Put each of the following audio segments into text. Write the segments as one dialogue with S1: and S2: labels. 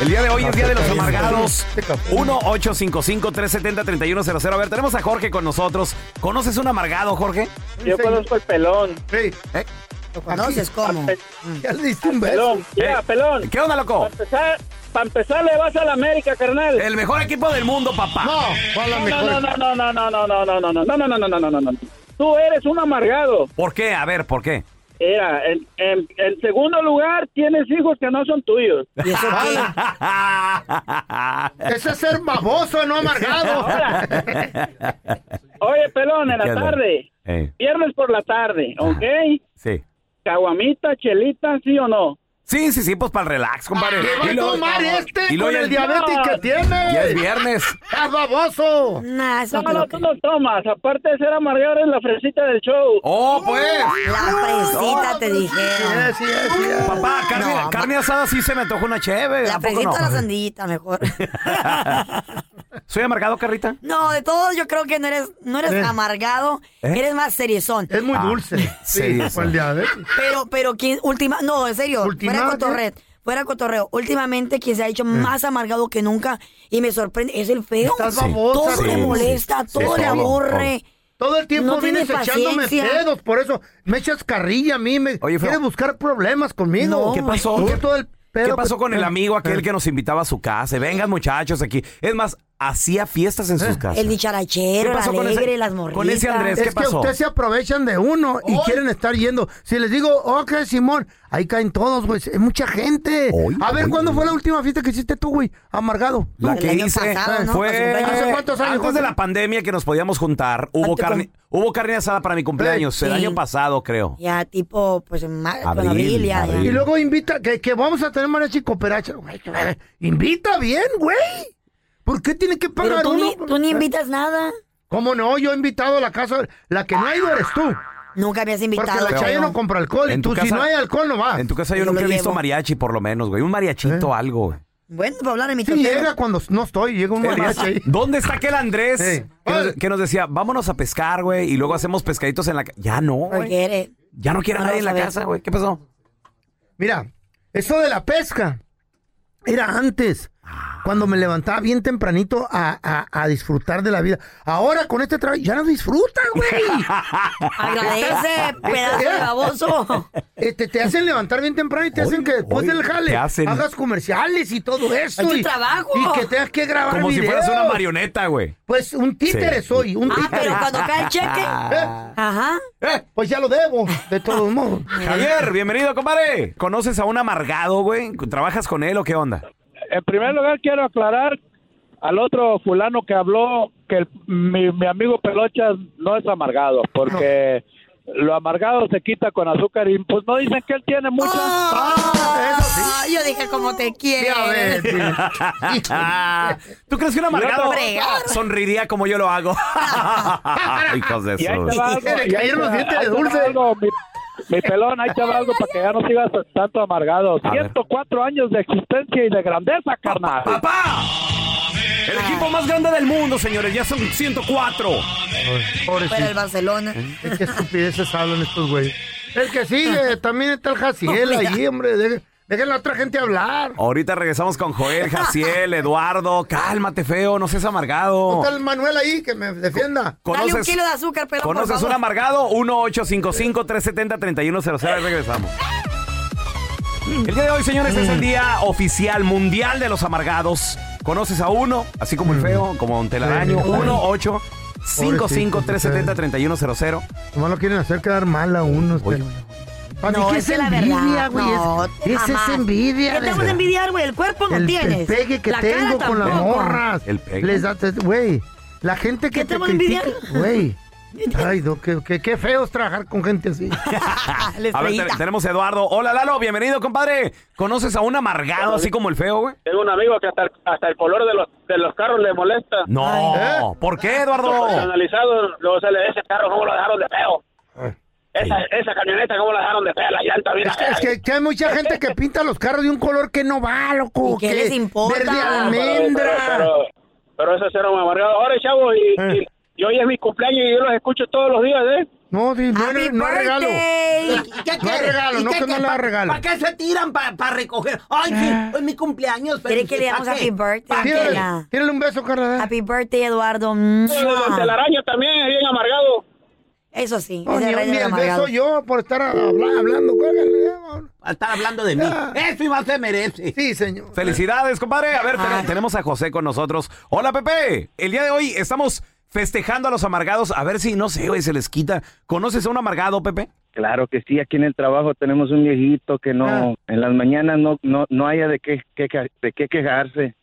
S1: El día de hoy es Día de los Amargados. 1-855-370-3100. A ver, tenemos a Jorge con nosotros. ¿Conoces un amargado, Jorge?
S2: Yo conozco el pelón.
S3: Sí. ¿Eh?
S4: ¿Lo conoces cómo?
S3: Ya le diste un beso.
S2: Pelón, mira,
S1: Eh,
S2: pelón.
S1: ¿Qué onda, loco?
S2: Para empezar, pa' empezar le vas a la América, carnal.
S1: El mejor equipo del mundo, papá.
S3: No, fue la mejor.
S2: No, no, no, no, no, no, no, no, no, no, no, no, no, no, no, no, no, no. Tú eres un amargado.
S1: ¿Por qué? A ver, ¿por qué?
S2: Era, en, en, en segundo lugar, tienes hijos que no son tuyos.
S4: ¿Y eso qué?
S3: Ese es ser baboso, no amargado.
S2: Ahora, oye, pelón, en
S1: ¿Qué
S2: la
S1: onda?
S2: tarde,
S1: Eh,
S2: viernes por la tarde, ¿ok?
S1: sí.
S2: Caguamita, chelita, ¿sí o no?
S1: Sí, sí, sí, pues para el relax, compadre.
S3: ¿Qué va a tomar
S1: y
S3: Ah, este
S1: luego
S3: con
S1: ya-
S3: el diabetes
S2: No.
S3: que
S1: Ya es
S3: tiene?
S1: viernes.
S3: ¡Estás baboso!
S4: Nah, eso
S2: No,
S4: no te lo
S2: no, tú
S4: creo.
S2: no tomas. Aparte de ser amargado, eres la fresita del show.
S3: Uh,
S1: ¡Oh, pues!
S4: La fresita te
S3: Sí,
S4: dijeron.
S3: es, sí, es, sí, es.
S1: Papá, carne,
S4: No,
S1: carne asada sí se me antojó una chévere.
S4: La
S1: ¿a poco
S4: fresita o la
S1: no?
S4: sandillita, mejor.
S1: ¿Soy amargado, Carrita?
S4: No, de todos yo creo que no eres, no eres
S3: Eh.
S4: amargado,
S1: ¿Eh?
S4: eres más seriezón.
S3: Es muy
S1: Ah,
S3: dulce.
S1: sí,
S3: Sí,
S1: eso.
S3: fue el diabetes.
S4: Pero, pero quien última, no, en serio, fuera
S3: Ultimate.
S4: cotorreo, fuera cotorreo. Últimamente quien se ha
S3: Eh.
S4: hecho más amargado que nunca y me sorprende es el feo.
S3: Estás
S4: Sí.
S3: babosa,
S4: todo
S3: sí,
S4: le
S3: sí,
S4: molesta,
S1: sí,
S4: todo
S1: sí,
S4: le
S1: todo,
S4: aburre.
S3: Todo el tiempo
S4: No
S3: vienes
S4: tienes
S3: echándome
S4: paciencia.
S3: pedos, por eso me echas carrilla a mí, me
S1: Oye, feo.
S3: quieres buscar problemas conmigo.
S4: No, ¿Qué
S1: pasó?
S3: Tú
S1: ¿Qué-
S3: todo el pedo
S1: ¿Qué pasó
S3: que- eh.
S1: con el amigo aquel que nos invitaba a su casa? Vengan, muchachos, aquí. Es más, hacía fiestas en sus casas.
S4: El
S1: ¿Qué
S4: dicharachero, el
S1: pasó con ese-
S4: alegre, las
S1: con ese
S4: morritas.
S1: Andrés?
S3: Es
S1: ¿Qué
S3: que
S1: pasó?
S3: ustedes se aprovechan de uno y
S1: Hoy.
S3: quieren estar yendo. Si les digo, ok, Simón, ahí caen todos, güey. Es mucha gente.
S1: Hoy,
S3: a ver,
S1: hoy,
S3: ¿cuándo
S1: hoy.
S3: fue la última fiesta que hiciste tú, güey? Amargado.
S1: La
S4: El
S1: que
S4: año
S1: hice
S4: pasado, ¿no? Para su
S1: fue
S4: cumpleaños.
S3: ¿Hace cuántos años,
S1: antes de
S3: José?
S1: la pandemia que nos podíamos juntar. Hubo
S4: tu
S1: carne, hubo carne asada para mi cumpleaños el
S4: Sí.
S1: año pasado, creo.
S4: Ya tipo, pues en mar- con
S1: Abril,
S4: abril, ya, ya.
S1: abril.
S3: Y luego invita, que, que vamos a tener mariachi cooperacha. Güey, güey, Invita bien, güey. ¿Por qué tiene que
S4: Pero
S3: pagar
S4: tú
S3: uno?
S4: ni, tú ni invitas nada.
S3: ¿Cómo no? Yo he invitado a la casa. La que no ha ido eres tú.
S4: Nunca me has
S3: Porque
S4: invitado.
S3: la
S4: pero-
S3: Chayo no compra alcohol.
S1: En
S3: Y
S1: tu
S3: tú, si
S1: casa-
S3: no hay alcohol, no vas. ¿Eh?
S1: En tu casa yo
S4: Yo
S1: nunca he
S4: lo
S1: visto
S4: llevo.
S1: mariachi, por lo menos, güey. Un mariachito, algo, güey.
S4: Bueno, para hablar en mi
S3: Sí,
S4: totero.
S3: llega cuando no estoy. Llega un
S1: Es más,
S3: mariachi ahí.
S1: ¿Dónde está aquel Andrés
S3: Sí.
S1: que, nos, que nos decía, vámonos a pescar, güey, y luego hacemos pescaditos en la casa? Ya no,
S4: Porque
S1: güey.
S4: eres-
S1: Ya no quiere a
S4: No,
S1: nadie en la
S4: a ver.
S1: casa, güey. ¿Qué pasó?
S3: Mira, eso de la pesca era antes,
S1: Ah.
S3: cuando me levantaba bien tempranito a, a- a disfrutar de la vida. Ahora con este trabajo ya no disfruta, güey.
S4: Agradece, pedazo de baboso.
S3: Este, te hacen levantar bien temprano y te
S1: Hoy-
S3: hacen que después
S1: hoy
S3: del jale
S1: te hacen-
S3: hagas comerciales y todo eso.
S4: Es tu
S3: y,
S4: trabajo.
S3: Y que tengas que grabar
S1: Como si fueras
S3: videos.
S1: una marioneta, güey.
S3: Pues un títere
S1: Sí.
S3: soy, un
S4: Ah,
S3: títere.
S4: pero cuando cae el cheque.
S3: Eh,
S4: Ajá.
S3: eh, pues ya lo debo, de todos modos.
S1: Javier, bienvenido, compadre. ¿Conoces a un amargado, güey? ¿Trabajas con él o qué onda?
S2: En primer lugar, quiero aclarar al otro fulano que habló que el- mi, mi amigo Pelochas no es amargado, porque lo amargado se quita con azúcar y pues no dicen que él tiene mucho.
S3: Ah, eso sí.
S4: Ay, yo dije como te quiero.
S3: Diabetes.
S1: Ah, ¿Tú crees que un amargado
S4: Fregar.
S1: sonreiría como yo lo hago? Hijos de
S2: Y ahí te
S1: su...
S2: va algo.
S3: Quiere
S2: y ahí
S3: caer
S2: te
S3: los
S2: va-
S3: dientes
S2: ahí
S3: de
S2: te va
S3: dulce.
S2: algo, mi, mi pelón, ahí te va algo para que ya no sigas tanto amargado.
S1: A ver.
S2: 104 años de existencia y de grandeza, carnal.
S1: ¡Papá! El
S3: Ah.
S1: equipo más grande del mundo, señores. Ya son 104.
S4: Fuera el
S3: Pobrecito.
S4: Barcelona.
S3: Es que estupideces hablan estos güeyes. El que sigue, también está el Jaciel ahí, hombre. Dejen, dejen a la otra gente hablar.
S1: Ahorita regresamos con Joel, Jaciel, Eduardo. Cálmate, feo. No seas amargado.
S3: Está el Manuel ahí que me defienda.
S4: Dale un
S1: ¿Conoces,
S4: kilo de azúcar, pero por
S1: ¿conoces un
S4: favor.
S1: amargado? 1-855-370-3100. Ahí Regresamos. El día de hoy, señores, es
S3: Mm.
S1: el día oficial mundial de los amargados. ¿Conoces a uno? Así como el feo, como Don Telaraño.
S3: Mm. Sí.
S1: 1-855-370-3100.
S3: Nomás lo quieren hacer quedar mal a uno.
S1: Oye.
S3: Para
S4: No,
S3: mí que
S4: esa es la verdad. No, te
S3: esa
S4: mamás.
S3: envidia.
S4: ¿Qué te vas a
S3: de-
S4: envidiar, güey? El cuerpo no
S3: el,
S4: tienes.
S3: el pegue que
S4: La cara
S3: tengo con las
S4: tampoco.
S3: morras.
S1: El pegue.
S3: Les da, te- güey, la gente que
S4: ¿Qué te
S3: te
S4: voy a envidiar?
S3: critica, güey. Ay, no, qué, qué, qué feo es trabajar con gente así.
S4: La
S1: A ver,
S4: estrellita.
S1: te- tenemos a Eduardo. Hola, Lalo, bienvenido, compadre. ¿Conoces a un amargado así como el feo, güey?
S5: Tengo un amigo que hasta, hasta el color de los, de los carros le molesta.
S1: No.
S3: Ay. ¿Eh?
S1: ¿Por qué, Eduardo?
S5: Los analizados, luego sale, ese carro, ¿cómo lo dejaron de feo? Esa, esa camioneta, ¿cómo la dejaron de fea? La llanta, mira.
S3: Ah. Es que, es que- que hay mucha gente que pinta los carros de un color que no va, loco.
S4: ¿Y qué
S3: que
S4: les importa?
S3: Verde
S5: Pero-
S3: almendra.
S5: Pero, pero, pero ese cero me amargado. Ahora, chavo, y,
S3: Eh.
S5: y- y hoy es mi cumpleaños y yo los escucho todos los días, ¿eh?
S3: No, sí, no,
S4: Happy
S3: no, no hay regalo.
S4: birthday.
S6: ¿Qué
S3: No hay regalo, no que no le da regalo.
S6: ¿Para qué se tiran? ¿Para recoger? Ay, sí, es mi cumpleaños.
S4: ¿Quiere que le damos
S6: ¿pa' qué?
S4: happy birthday?
S6: ¿Pa' qué?
S3: Tírale,
S4: ya.
S3: tírale un beso, Carla.
S4: Happy birthday, Eduardo. Mm. Mua.
S5: El telaraño también es bien amargado.
S4: Eso sí,
S3: No,
S4: ese
S3: ni,
S4: rey
S3: ni
S4: del
S3: el
S4: amargado.
S3: beso yo por estar a- habla- hablando. eh, cuélgale.
S6: Va a estar hablando de mí.
S3: Ah.
S6: Eso igual se merece.
S3: Sí, señor.
S1: Felicidades, compadre. A ver,
S4: Ah.
S1: ten- tenemos a José con nosotros. Hola, Pepe. El día de hoy estamos festejando a los amargados. A ver si, no sé, güey, se les quita. ¿Conoces a un amargado, Pepe?
S7: Claro que sí, aquí en el trabajo tenemos un viejito que no,
S3: Ah.
S7: en las mañanas no, no, no haya de qué, qué que- de qué quejarse.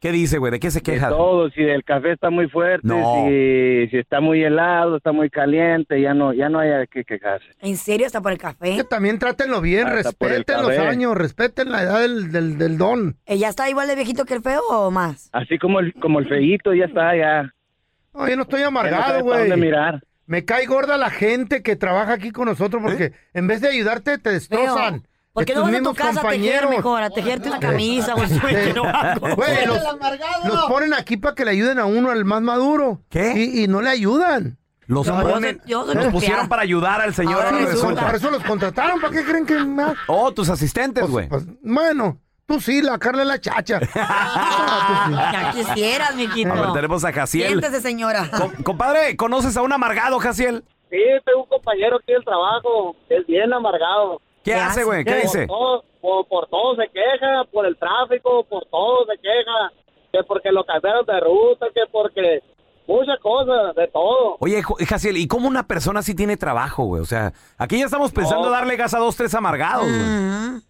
S1: ¿Qué dice, güey? ¿De qué se
S7: De
S1: queja?
S7: todo, si el café está muy fuerte,
S1: No.
S7: si, si está muy helado, está muy caliente, ya no, ya no haya de qué quejarse.
S4: ¿En serio? ¿Hasta por el
S3: Que
S4: café?
S3: también trátenlo bien,
S7: Hasta por el
S3: respeten los
S7: café.
S3: años, respeten la edad del, del, del don.
S4: ¿Eh, ¿Ya está igual de viejito que el feo o más?
S7: Así como el, como el feíto ya está, ya,
S3: No, yo no estoy
S7: ya no
S3: amargado,
S7: sabe para dónde
S3: güey.
S7: mirar.
S3: Me cae gorda la gente que trabaja aquí con nosotros porque
S7: ¿Eh?
S3: en vez de ayudarte te destrozan.
S4: Feo. ¿Por qué no
S3: Estos
S4: vas a tu
S3: mismos
S4: casa a tejer
S3: compañeros.
S4: mejor? A tejerte una camisa o un suéter o algo.
S3: Güey, los,
S6: El amargado.
S3: los ponen aquí para que le ayuden a uno, al más maduro.
S1: ¿Qué?
S3: Y, y no le ayudan.
S1: Los
S4: No, yo
S1: ponen-
S4: soy- yo soy
S1: los
S4: Ah, golpeada.
S1: pusieron para ayudar al señor.
S4: Ahora
S1: ahora
S3: Sí,
S4: resulta.
S3: por, por
S1: resulta.
S3: eso los contrataron. ¿Para qué creen que más?
S1: Oh, tus asistentes, güey.
S3: Pues, pues, bueno, tú sí, la Carla es la chacha. Ah,
S4: Ya quisieras, mijito.
S1: A ver, tenemos a Jaciel.
S4: Siéntese, señora.
S1: Com- compadre, ¿conoces a un amargado, Jaciel?
S5: Sí, tengo un compañero aquí del trabajo, es bien amargado.
S1: ¿Qué
S4: ¿Qué
S1: hace,
S4: hace?
S1: güey? ¿Qué
S5: por
S1: dice?
S5: Todo, por, por todo se queja, por el tráfico, por todo se queja, que porque lo cambiaron de ruta, que porque muchas cosas, de todo.
S1: Oye, Jo- Jaciel, ¿y cómo una persona así tiene trabajo, güey? O sea, aquí ya estamos pensando darle gas a dos, tres amargados, güey.
S4: Ujú.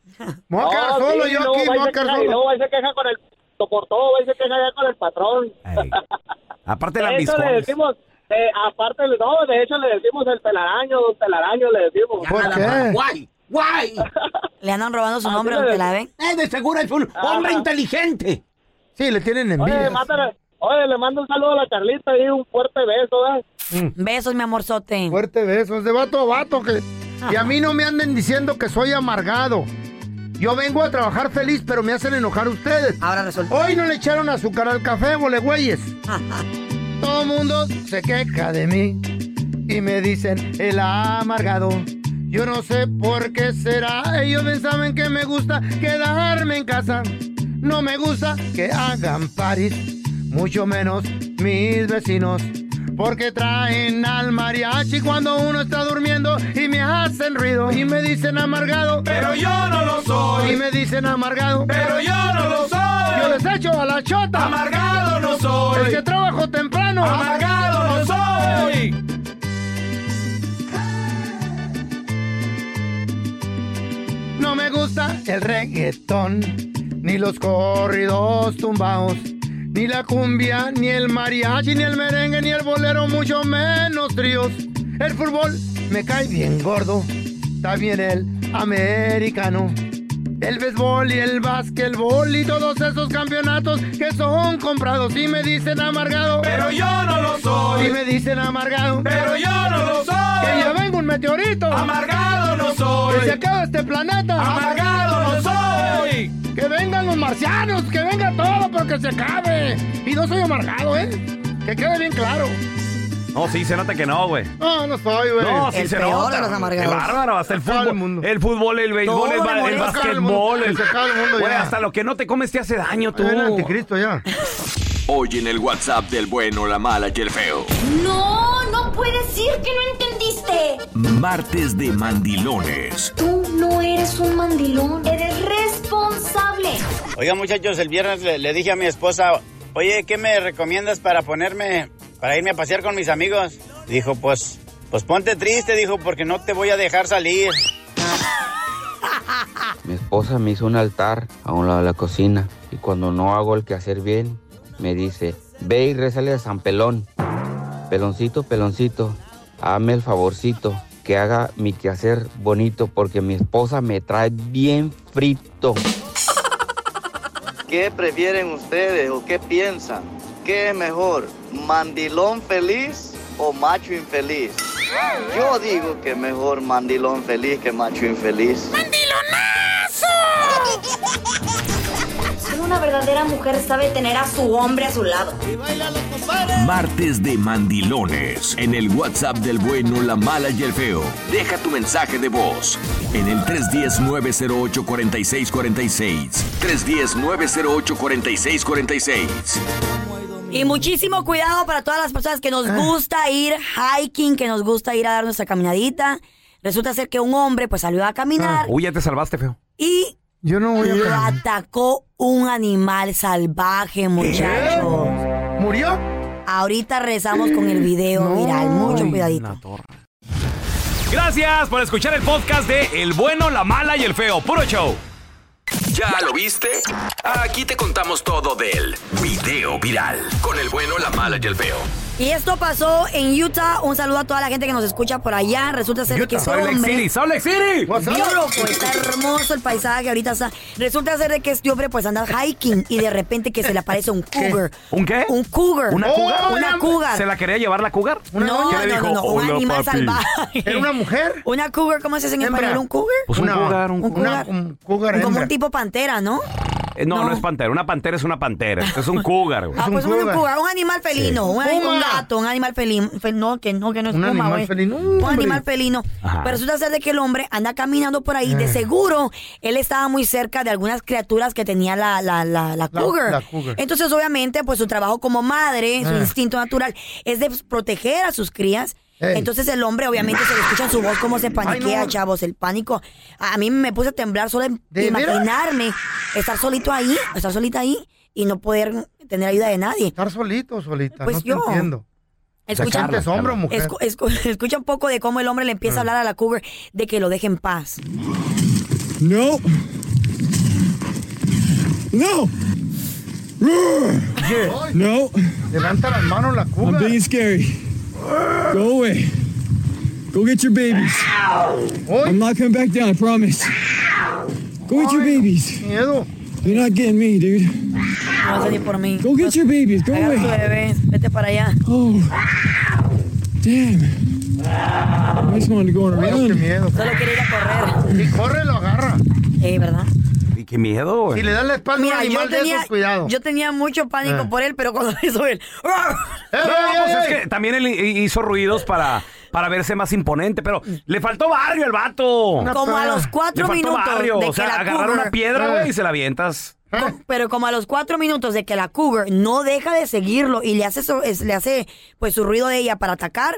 S3: me voy a quedar
S5: No,
S3: solo,
S5: sí,
S3: yo
S5: luego
S3: aquí, me
S5: va y
S3: voy a
S5: se
S3: quedar
S5: queja- y
S3: solo.
S5: luego va y se queja con el, por todo, va y se queja ya con el patrón.
S1: Ey. Aparte de las
S5: eso le
S1: bizcones.
S5: decimos, eh, aparte, no, de hecho le decimos el telaraño, don telaraño le decimos.
S6: Ya
S3: ¿Por
S6: nada
S3: qué?
S6: más. Guay, guay.
S4: Le andan robando su
S5: Ah,
S4: nombre
S5: sí,
S4: donde
S5: le-
S4: la ven.
S6: Eh, de seguro es un hombre inteligente.
S3: Sí, le tienen
S5: Oye,
S3: envidia.
S5: mándale- oye, le mando un saludo a la Carlita y un fuerte beso, ¿eh?
S4: Besos, mi amorzote.
S3: Mm. Fuerte beso, es de vato a vato. Que... Y a mí no me anden diciendo que soy amargado. Yo vengo a trabajar feliz, pero me hacen enojar ustedes.
S4: Ahora resulta.
S3: Hoy no le echaron azúcar al café, bole güeyes. Todo mundo se queja de mí y me dicen el amargado. Yo no sé por qué será. Ellos bien saben que me gusta quedarme en casa. No me gusta que hagan paris, mucho menos mis vecinos. Porque traen al mariachi cuando uno está durmiendo y me hacen ruido y me dicen amargado. Pero yo no lo soy. Y me dicen amargado. Pero yo no lo soy. Yo les echo a la chota. Amargado no soy. El que trabajo temprano.
S1: ¡Amargado no soy!
S3: No me gusta el reggaetón, ni los corridos tumbados, ni la cumbia, ni el mariachi, ni el merengue, ni el bolero, mucho menos tríos. El fútbol me cae bien gordo, también el americano. El béisbol y el básquetbol y todos esos campeonatos que son comprados y me dicen amargado. Pero yo no lo soy. Y me dicen amargado. Pero yo no lo soy. Que ya vengo un meteorito. Que se acabe este planeta. Amargado no soy. Que vengan los marcianos, que venga todo, pero que se acabe. Y no soy amargado, ¿eh? Que quede bien claro.
S1: No, sí, se nota que no, güey.
S3: No, no soy, güey.
S1: No, sí
S4: El
S1: se
S4: peor
S1: nota.
S4: de los amargados.
S1: Qué bárbaro, hasta el
S3: Todo el
S1: fútbol. El,
S3: mundo.
S1: fútbol, el béisbol,
S4: Todo
S1: el, ba-
S4: le
S1: el
S4: molesta.
S1: basquetbol. El...
S3: Se acaba el mundo
S1: Güey,
S3: ya.
S1: hasta lo que no te comes te hace daño, tú.
S3: Tú. El anticristo ya.
S8: Hoy en el WhatsApp del bueno, la mala y el feo.
S9: No, no puedes decir que no entendiste.
S8: Martes de mandilones.
S9: Tú no eres un mandilón, eres responsable.
S10: Oiga, muchachos, el viernes le, le dije a mi esposa, oye, ¿qué me recomiendas para ponerme, para irme a pasear con mis amigos? Dijo, pues, pues ponte triste, dijo, porque no te voy a dejar salir.
S11: Mi esposa me hizo un altar a un lado de la cocina y cuando no hago el quehacer bien, me dice, ve y rezale a San Pelón. Peloncito, peloncito, hazme el favorcito que haga mi quehacer bonito porque mi esposa me trae bien frito.
S12: ¿Qué prefieren ustedes o qué piensan? ¿Qué es mejor, mandilón feliz o macho infeliz? Yo digo que mejor mandilón feliz que macho infeliz.
S9: Solo una verdadera mujer sabe tener a su hombre a su lado.
S8: Martes de Mandilones. En el WhatsApp del bueno, la mala y el feo. Deja tu mensaje de voz en el 310-908-4646. 310-908-4646.
S4: Y muchísimo cuidado para todas las personas que nos
S3: Ah.
S4: gusta ir hiking, que nos gusta ir a dar nuestra caminadita. Resulta ser que un hombre pues salió a caminar
S1: Ah. Uy, ya te salvaste, feo.
S4: y
S3: Ah. Yo no voy a
S4: lo
S3: caminar.
S4: atacó un animal salvaje, muchacho.
S3: ¿Murió?
S4: Ahorita rezamos con el video viral. Mucho cuidadito.
S1: Gracias por escuchar el podcast de El bueno, la mala y el feo. Puro show.
S8: ¿Ya lo viste? Aquí te contamos todo del video viral. Con el bueno, la mala y el feo.
S4: Y esto pasó en Utah. Un saludo a toda la gente que nos escucha por allá. Resulta ser que ese
S1: Salt Lake
S4: hombre.
S1: City, Salt Lake City.
S4: Yo, loco, está
S3: pues.
S4: hermoso el paisaje ahorita está. Resulta ser de que este hombre pues anda hiking y de repente que se le aparece un cougar.
S1: ¿Un qué?
S4: Un cougar. Oh,
S1: ¿Una cougar?
S4: Una cougar.
S1: ¿Se la quería llevar la cougar?
S4: No,
S1: ¿Qué
S4: no,
S1: le dijo?
S4: no, no, un
S1: "Hola,
S4: animal
S1: papi".
S4: salvaje.
S3: ¿Era una mujer?
S4: Una cougar, ¿cómo se dice en
S3: Hembra.
S4: español? ¿Un cougar?
S1: Pues un
S3: Una-
S1: cougar, un
S4: Un
S1: cougar.
S4: cougar.
S3: Un cougar
S4: Como
S3: hembra.
S4: un tipo pantera, ¿no?
S1: Eh, no, no,
S4: No.
S1: es pantera. Una pantera es una pantera. Esto es un cougar, güey.
S4: Ah,
S3: un
S4: pues un
S3: cougar.
S4: cougar, un animal felino, un, ani-
S3: Puma.
S4: un gato, un animal felino, fel- no, que no, que no es
S3: Un
S4: puma,
S3: animal
S4: güey.
S3: felino,
S4: un
S3: hombre.
S4: animal felino.
S1: Ajá.
S4: Pero resulta ser de que el hombre anda caminando por ahí, de
S3: Eh.
S4: seguro, él estaba muy cerca de algunas criaturas que tenía la, la, la, la cougar.
S3: la cougar.
S4: Entonces, obviamente, pues su trabajo como madre, su
S3: Ah.
S4: instinto natural, es de proteger a sus crías.
S3: Ey.
S4: Entonces el hombre, obviamente, se le escucha en su voz cómo se paniquea,
S3: no.
S4: chavos, el pánico. A a mí me puse a temblar solo en
S3: ¿De veras?
S4: imaginarme estar solito ahí, estar solita ahí y no poder tener ayuda de nadie.
S3: Estar solito, o solita.
S4: Pues
S3: no te
S4: yo.
S3: entiendo.
S4: Escucha,
S3: ¿Sientes
S1: Carla,
S3: hombre
S1: Carla.
S3: o mujer? Mm.
S4: escu- escu- escucha un poco de cómo el hombre le empieza a hablar a la cougar de que lo deje en paz.
S13: No. No.
S3: Oye,
S13: No.
S3: Levanta las manos la
S13: I'm
S3: cougar.
S13: being scary. Go away. Go get your babies. I'm
S3: Oye,
S13: not coming back down, I promise. Go get your babies.
S3: miedo.
S13: You're not getting me, dude.
S4: No vas a venir por mí.
S13: Go get your babies. Go
S4: Agarra tu
S13: away.
S4: bebé, vete para allá.
S13: Oh. Damn. I just wanted to go on a
S3: Miedo, qué
S13: run.
S3: miedo.
S4: Solo quiere ir a correr.
S3: Si corre, lo agarra.
S4: Eh, ¿verdad?
S1: Y qué miedo,
S3: Si
S1: güey.
S3: le das la espalda a un
S4: Mira, yo
S3: animal de
S4: tenía,
S3: esos, cuidado.
S4: yo tenía mucho pánico
S3: Eh.
S4: por él, pero cuando hizo él.
S3: ¡Ey,
S1: No,
S3: ey,
S1: pues
S3: ey,
S1: es que también él hi- hizo ruidos para, para verse más imponente, pero le faltó barrio al vato.
S3: Una-
S4: Como a los
S1: le
S4: cuatro
S1: faltó
S4: minutos
S1: barrio.
S4: de
S1: O
S4: que
S1: sea,
S4: la
S1: agarrar
S4: cougar-
S1: una piedra, güey, y
S3: Eh.
S1: se la avientas.
S3: ¿Eh?
S4: Pero como a los cuatro minutos de que la cougar no deja de seguirlo y le hace, su- es- le hace pues su ruido de ella para atacar,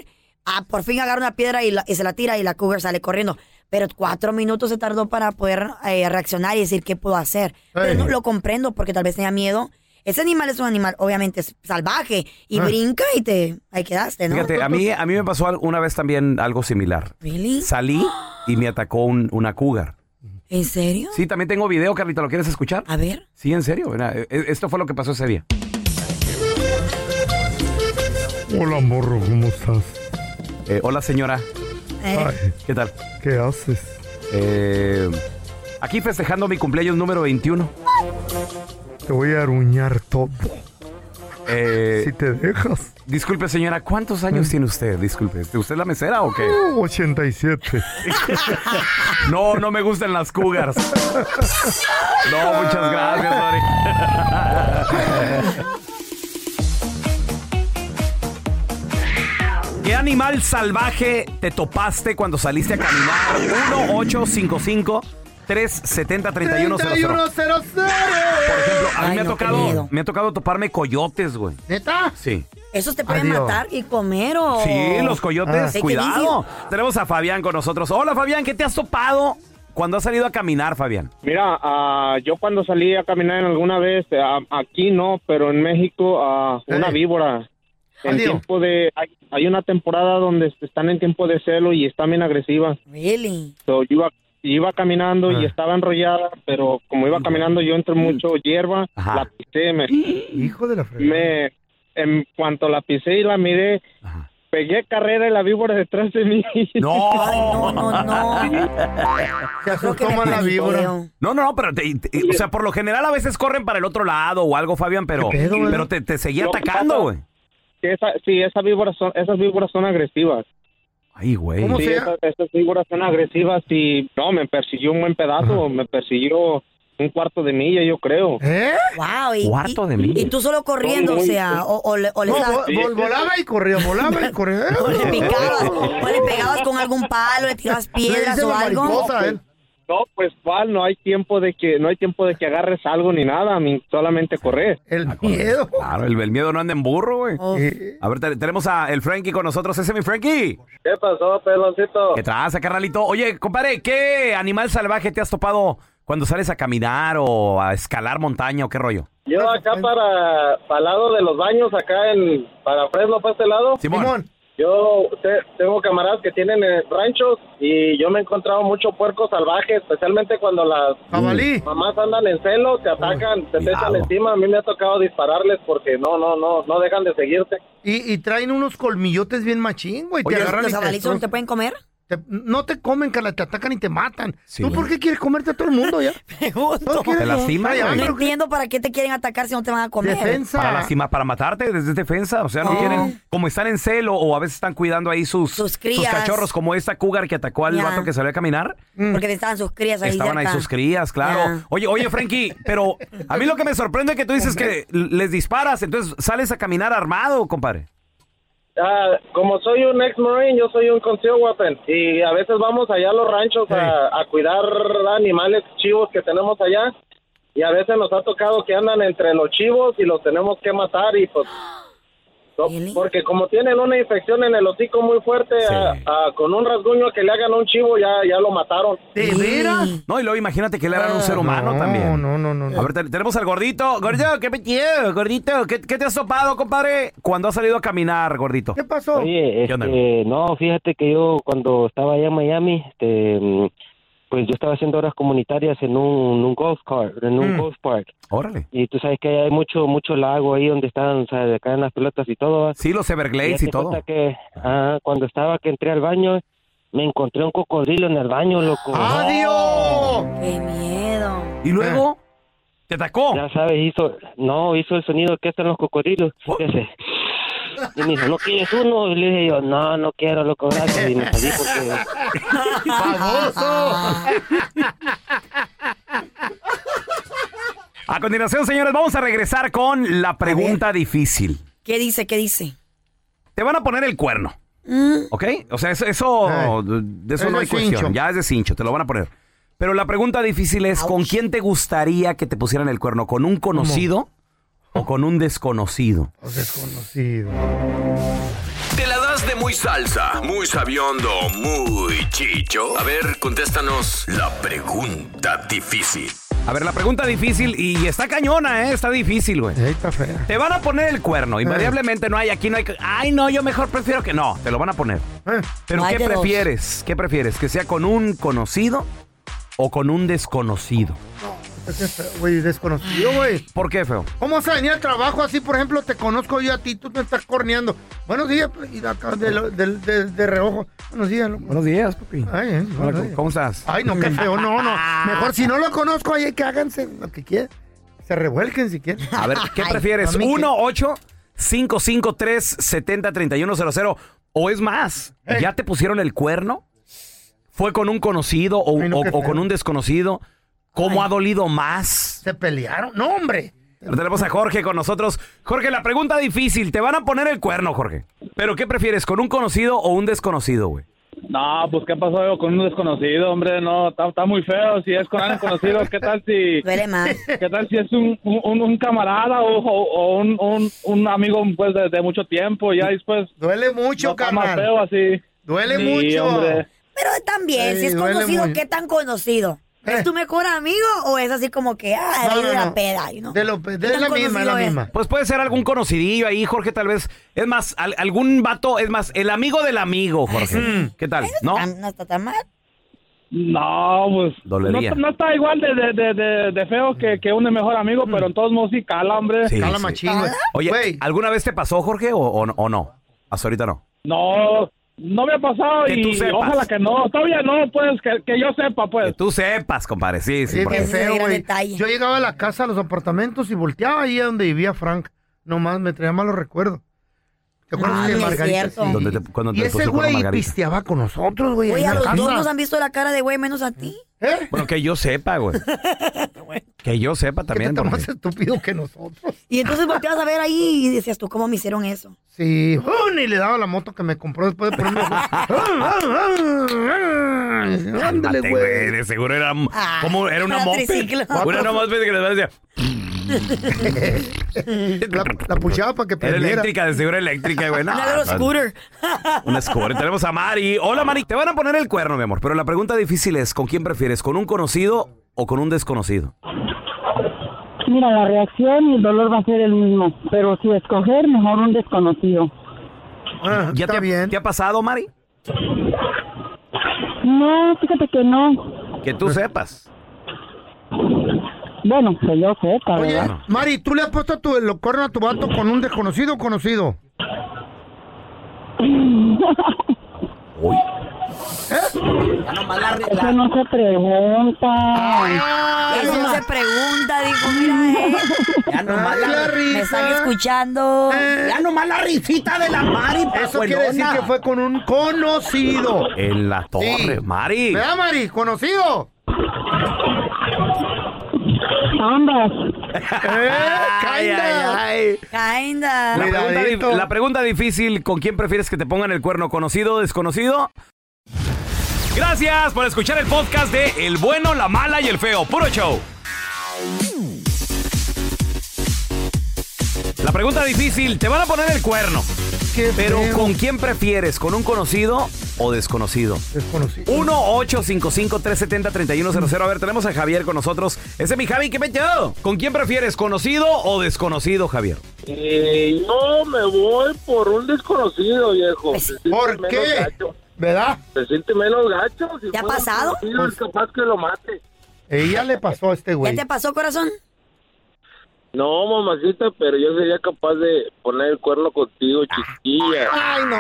S4: ah, por fin agarra una piedra y, la- y se la tira y la cougar sale corriendo. Pero cuatro minutos se tardó para poder eh, reaccionar y decir qué puedo hacer. Pero
S3: Ey.
S4: no lo comprendo porque tal vez tenía miedo. Ese animal es un animal, obviamente, es salvaje y
S3: Ah.
S4: brinca y te ahí quedaste, Eh, ¿no?
S1: Fíjate, a mí, a mí me pasó al- una vez también algo similar.
S4: Really?
S1: Salí y me atacó un- una cougar.
S4: ¿En serio?
S1: Sí, también tengo video, Carlita, ¿lo quieres escuchar?
S4: A ver.
S1: Sí, en serio. mira, e- esto fue lo que pasó ese día.
S3: Hola, morro, ¿cómo estás?
S1: Eh, hola, señora.
S4: Eh,
S3: Ay,
S1: ¿Qué tal?
S3: ¿qué haces?
S1: Eh, aquí festejando mi cumpleaños número 21.
S3: Te voy a aruñar todo
S1: Eh,
S3: si te dejas. Mm.
S1: Disculpe, señora, ¿cuántos años tiene usted? Disculpe, ¿este, ¿usted es la mesera o qué?
S3: 87.
S1: No, no me gustan las cougars. No, muchas gracias, Dori. ¿Qué animal salvaje te topaste cuando saliste a caminar? 1855 370 3100 Por ejemplo, a mí
S4: Ay,
S1: me, ha
S4: no, qué
S1: tocado,
S4: miedo.
S1: me ha tocado toparme coyotes, güey.
S3: ¿Neta?
S1: Sí.
S4: ¿Esos te pueden
S3: Adiós.
S4: matar y comer o...?
S1: Sí, los coyotes,
S4: Ah. ¿Qué
S1: cuidado. Tenemos a Fabián con nosotros. Hola, Fabián, ¿qué te has topado cuando has salido a caminar, Fabián?
S7: Mira, ah, yo cuando salí a caminar en alguna vez, ah, aquí no, pero en México, ah, una
S3: Ey.
S7: víbora. En
S3: Adiós.
S7: tiempo de, hay, hay una temporada donde están en tiempo de celo y están bien agresivas.
S4: Really?
S7: So, yo iba, iba caminando y
S3: Ah. Mm.
S7: estaba enrollada, pero como iba caminando yo entre mucho hierba,
S1: Ajá.
S7: la pisé, me,
S3: Hijo de la fregada.
S7: me, en cuanto la pisé y la miré, pegué carrera y la víbora detrás de mí.
S1: No,
S4: no, no.
S1: Creo que
S3: más la víbora.
S1: No, no, no, pero te- te- o sea, por lo general a veces corren para el otro lado o algo, Fabián, pero,
S7: ¿Qué pedo, güey?
S1: pero te, te seguía
S7: Lo que
S1: atacando,
S7: pasa-
S1: güey.
S7: Que esa- sí, esas víboras son, esas víboras son agresivas.
S1: Ay, güey.
S7: Sí, esas, esas víboras son agresivas y no, me persiguió un buen pedazo, me persiguió un cuarto de milla, yo creo.
S3: ¿Eh?
S4: Wow, y,
S7: Cuarto
S4: y-
S7: de milla.
S4: y tú solo corriendo,
S7: Muy,
S4: o
S7: muy,
S4: sea, o, o le, o le
S3: No,
S4: estabas-
S3: vo- vol- volaba y corría, volaba y corría.
S4: o le picabas, o le pegabas con algún palo, le tirabas piedras o algo.
S3: ¿eh?
S7: No, pues cuál, no hay tiempo de que no hay tiempo de que agarres algo ni nada, ni solamente correr.
S3: El miedo.
S1: Ah, Claro, el, el miedo no anda en burro, güey. A ver, te- tenemos a el Frankie con nosotros. Ese es mi Frankie.
S5: ¿Qué pasó, peloncito?
S1: ¿Qué traza, carnalito? Oye, compadre, ¿qué animal salvaje te has topado cuando sales a caminar o a escalar montaña o qué rollo?
S5: Yo acá para, para el lado de los baños, acá en para Fresno, para este lado.
S1: Simón.
S5: Yo te- tengo camaradas que tienen eh, ranchos y yo me he encontrado mucho puerco salvaje, especialmente cuando las Mm. mamás andan en celo, te atacan, te echan encima. A mí me ha tocado dispararles porque no, no, no, no dejan de seguirte.
S3: Y, y traen unos colmillotes bien machín, güey. Te
S5: Oye,
S3: agarran
S5: ¿los
S3: y te
S5: jabalíes no
S3: destrozan.
S5: te
S4: pueden comer?
S3: no te comen, Carla, te atacan y te matan.
S1: Sí.
S3: ¿Tú por qué quieres comerte a todo el mundo ya?
S4: Pregunto.
S1: Te lastiman,
S4: Ay,
S1: güey.
S4: No entiendo para qué te quieren atacar si no te van a comer.
S1: Para lastimar, para matarte desde defensa. O sea, no
S4: Oh.
S1: tienen, como están en celo o a veces están cuidando ahí sus, sus,
S4: crías.
S1: cachorros, como esta cougar que atacó al
S4: Ya.
S1: vato que salió a caminar.
S3: Mm.
S4: Porque te estaban sus crías ahí
S1: Estaban ahí
S4: cerca.
S1: sus crías, claro.
S4: Ya.
S1: Oye, oye, Frankie, pero a mí lo que me sorprende es que tú dices que les disparas, entonces sales a caminar armado, compadre.
S5: Ah, como soy un ex marine, yo soy un concealed weapon y a veces vamos allá a los ranchos a, a cuidar animales chivos que tenemos allá y a veces nos ha tocado que andan entre los chivos y los tenemos que matar y pues no, porque como tienen una infección en el hocico muy fuerte ah, ah, con un rasguño que le hagan a un chivo ya ya lo mataron.
S3: ¿De veras?
S1: No, y luego imagínate que le harán un ser humano también. Ah, No, no, no, A ver, te- tenemos al gordito. Gordito, ¿qué metido? Gordito, ¿qué, qué te has topado, compadre? Cuando has salido a caminar, gordito.
S3: ¿Qué pasó?
S14: Oye,
S1: onda?
S14: este, no, fíjate que yo cuando estaba allá en Miami, este, mm, pues yo estaba haciendo horas comunitarias en un, en un golf cart, en un
S15: Mm.
S14: golf park.
S1: Órale.
S14: Y tú sabes que hay mucho, mucho lago ahí donde están, o sea, de acá en las pelotas y todo. ¿va?
S1: Sí, los Everglades
S14: hazte
S1: y todo.
S14: cuenta que ah, cuando estaba que entré al baño, me encontré un cocodrilo en el baño, loco.
S3: Ah, ¡Adiós!
S4: ¡Qué miedo!
S1: ¿Y luego? Eh. ¿Te atacó?
S14: Ya sabes, hizo, no, hizo el sonido que hacen los cocodrilos.
S1: Oh.
S14: ¿Qué hace? Y me dijo, ¿no quieres uno? Y le dije yo, no, no quiero, loco, gracias. Y me salí porque...
S1: Ah. A continuación, señores, vamos a regresar con la pregunta difícil.
S4: ¿Qué dice? ¿Qué dice?
S1: Te van a poner el cuerno,
S4: Mm,
S1: ¿ok? O sea, eso, eso- de eso
S4: Es
S1: no
S4: de
S1: hay cuestión.
S4: cincho.
S1: Ya es de cincho, te lo van a poner. Pero la pregunta difícil es, ¿con quién te gustaría que te pusieran el cuerno? ¿Con un conocido o con un desconocido?
S3: Desconocido.
S8: ¿Te la das de muy salsa, muy sabiondo, muy chicho? A ver, contéstanos la pregunta difícil.
S1: A ver, la pregunta difícil y y está cañona, ¿eh? Está difícil, güey. Te van a poner el
S4: Eh.
S1: cuerno, invariablemente no hay, aquí no hay... Ay, no, yo mejor prefiero que no, te lo van a poner.
S3: Eh.
S1: Pero
S3: No hay
S1: ¿qué
S3: de dos.
S1: prefieres? ¿Qué prefieres? ¿Que sea con un conocido o con un desconocido?
S3: Qué feo, Güey, desconocido, güey.
S1: ¿Por qué, feo?
S3: ¿Cómo vas a venir al trabajo así, por ejemplo, te conozco yo a ti, tú me estás corneando? Buenos días, pues, y de, acá, de, lo- de- de- de reojo. Buenos días, loco.
S1: Buenos días, papi.
S3: Ay, eh,
S1: Hola,
S3: buenos
S1: ¿cómo-
S3: días.
S1: ¿Cómo estás?
S3: Ay, no, qué feo, no, no. Mejor si no lo conozco, ay, que háganse lo que quieran. Se revuelquen si quieren.
S1: A ver, ¿qué prefieres?
S3: A mí que-
S1: 1 8 553 70 31 00 o es más, ¿ya te pusieron el cuerno? ¿Fue con un conocido o,
S3: Ay, no,
S1: o-
S3: qué
S1: o
S3: feo.
S1: con un desconocido? ¿Cómo ha dolido más?
S3: Se pelearon. No, hombre.
S1: Pero tenemos a Jorge con nosotros. Jorge, la pregunta difícil, te van a poner el cuerno, Jorge. Pero ¿qué prefieres, con un conocido o un desconocido, güey?
S2: No, pues qué pasó con un desconocido, hombre, no, está, está muy feo. Si es con alguien conocido, ¿qué tal si...
S4: Duele más.
S2: ¿Qué tal si es un, un, un camarada o, o- o un, un, un amigo pues de, de mucho tiempo? Ya después...
S3: Duele mucho,
S2: no, está más
S3: carnal.
S2: feo así.
S3: Duele
S2: Sí,
S3: mucho.
S2: hombre.
S4: Pero Ah, también,
S3: Sí,
S4: si es
S3: duele
S4: conocido,
S3: mucho.
S4: ¿qué tan conocido? ¿Es tu mejor amigo o es así como que, ah,
S3: No,
S4: de ahí
S3: no,
S4: de la
S3: no.
S4: peda? y ¿no?
S3: De lo- de
S4: ¿Qué tan
S3: la misma, es la
S4: conocido es?
S3: misma.
S1: Pues puede ser algún conocidillo ahí, Jorge, tal vez. Es más, al- algún vato, es más, el amigo del amigo, Jorge. ¿Qué tal? ¿No?
S4: No está tan mal.
S2: No, pues.
S1: Dolería.
S2: No, no está igual de, de, de, de- de feo que, que un mejor amigo, pero en todos modos sí cala, hombre.
S1: Sí, sí. Oye, ¿alguna vez te pasó, Jorge, o, o- o no? Hasta ahorita no.
S2: No, no me ha pasado
S1: Que tú
S2: y
S1: sepas.
S2: ojalá que no. Todavía no, pues, que, que yo sepa, pues.
S1: Tú sepas, compadre, sí, sí.
S3: Oye,
S1: porque-
S3: qué feo, güey. Yo llegaba a la casa, a los apartamentos y volteaba ahí a donde vivía Frank. Nomás me traía malos recuerdos. ¿Te acuerdas
S4: Ah,
S3: que
S4: no es
S3: Margarita?
S4: cierto.
S3: sí.
S1: Donde te- cuando
S3: y
S1: te
S3: ese
S1: puso con la
S3: güey
S1: Margarita.
S3: pisteaba con nosotros, güey.
S4: Oye,
S3: en la
S4: a los dos
S3: casa.
S4: nos han visto la cara de güey, menos a ti.
S1: Bueno, que yo sepa, güey. que yo sepa también. porque-
S3: estúpido que nosotros.
S4: Y entonces volteas a ver ahí y decías tú, ¿cómo me hicieron eso?
S3: Sí, ¡jun! y le daba la moto que me compró después de ponerme. Ándale,
S1: Cálmate,
S3: güey.
S1: güey, De seguro era, m-
S3: Ah,
S1: como era una
S3: era
S1: moped.
S3: triciclo. Pues
S1: Una era una moped que les decía.
S3: la, la puchaba para que
S1: Era
S3: prendiera.
S1: eléctrica, de seguro eléctrica, güey. No,
S4: Una
S1: no,
S4: scooter.
S1: Una scooter. Tenemos a Mari. Hola, Mari. Te van a poner el cuerno, mi amor. Pero la pregunta difícil es, ¿con quién prefieres? ¿Con un conocido o con un desconocido?
S15: Mira, la reacción y el dolor va a ser el mismo, pero si escoger, mejor un desconocido.
S1: ¿Ya te, ha- ¿Te ha pasado, Mari?
S15: No, fíjate que no.
S1: Que tú sepas.
S15: Bueno, que yo sepa,
S3: Oye,
S15: ¿verdad?
S3: Mari, ¿tú le has puesto tu, el corno a tu vato con un desconocido o conocido?
S15: Eso no se pregunta.
S4: Eso no se pregunta, dijo, mira, eh.
S6: Ya nomás la-
S4: Me están escuchando.
S3: Eh.
S6: Ya nomás la risita de la Mari,
S3: Eso quiere decir
S6: pajuelona.
S3: que fue con un conocido.
S1: En la torre, Mari.
S3: ¿Verdad, Mari? ¿Conocido?
S15: Ambas.
S3: Eh,
S1: Ay, ay, ay.
S4: Kinda.
S1: La pregunta, di- la pregunta difícil, ¿con quién prefieres que te pongan el cuerno? ¿Conocido o desconocido? Gracias por escuchar el podcast de El Bueno, la Mala y el Feo. Puro show. La pregunta difícil, te van a poner el cuerno. Pero ¿con quién prefieres? ¿Con un conocido o desconocido?
S3: Desconocido.
S1: 1-855-370-3100. A ver, tenemos a Javier con nosotros. Ese es mi Javi, ¿qué metido? ¿Con quién prefieres? ¿Conocido o desconocido, Javier?
S5: Eh, yo me voy por un desconocido, viejo.
S4: Pues,
S5: ¿Por
S3: qué? ¿Verdad?
S5: Se siente menos gacho. Si
S4: ¿Te ha
S5: fuera
S4: pasado? Pues-
S5: conocido, es capaz que lo mate.
S3: Ella le pasó a este
S4: ¿Ya
S3: güey.
S4: te pasó, corazón?
S5: No, mamacita, pero yo sería capaz de poner el cuerno contigo, chiquilla.
S4: Ah.
S3: Ay, no,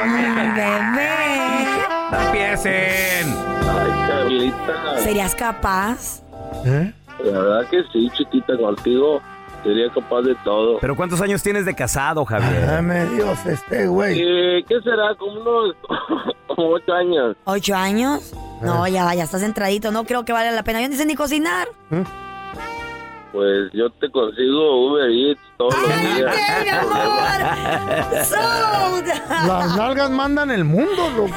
S4: bebé.
S1: ¡Empiecen!
S5: Ay, Carlita.
S4: ¿Serías capaz?
S5: La verdad que sí, chiquita, contigo sería capaz de todo.
S1: ¿Pero cuántos años tienes de casado, Javier?
S3: Dame Dios este güey.
S5: Eh, ¿Qué será? Como unos como ocho años.
S4: ¿Ocho años?
S3: Eh.
S4: No, ya, ya estás entradito. No creo que valga la pena. Yo ni sé ni cocinar.
S5: Pues yo te consigo Uber Eats todos los días.
S4: Ah, mi amor!
S3: Las nalgas mandan el mundo, loco.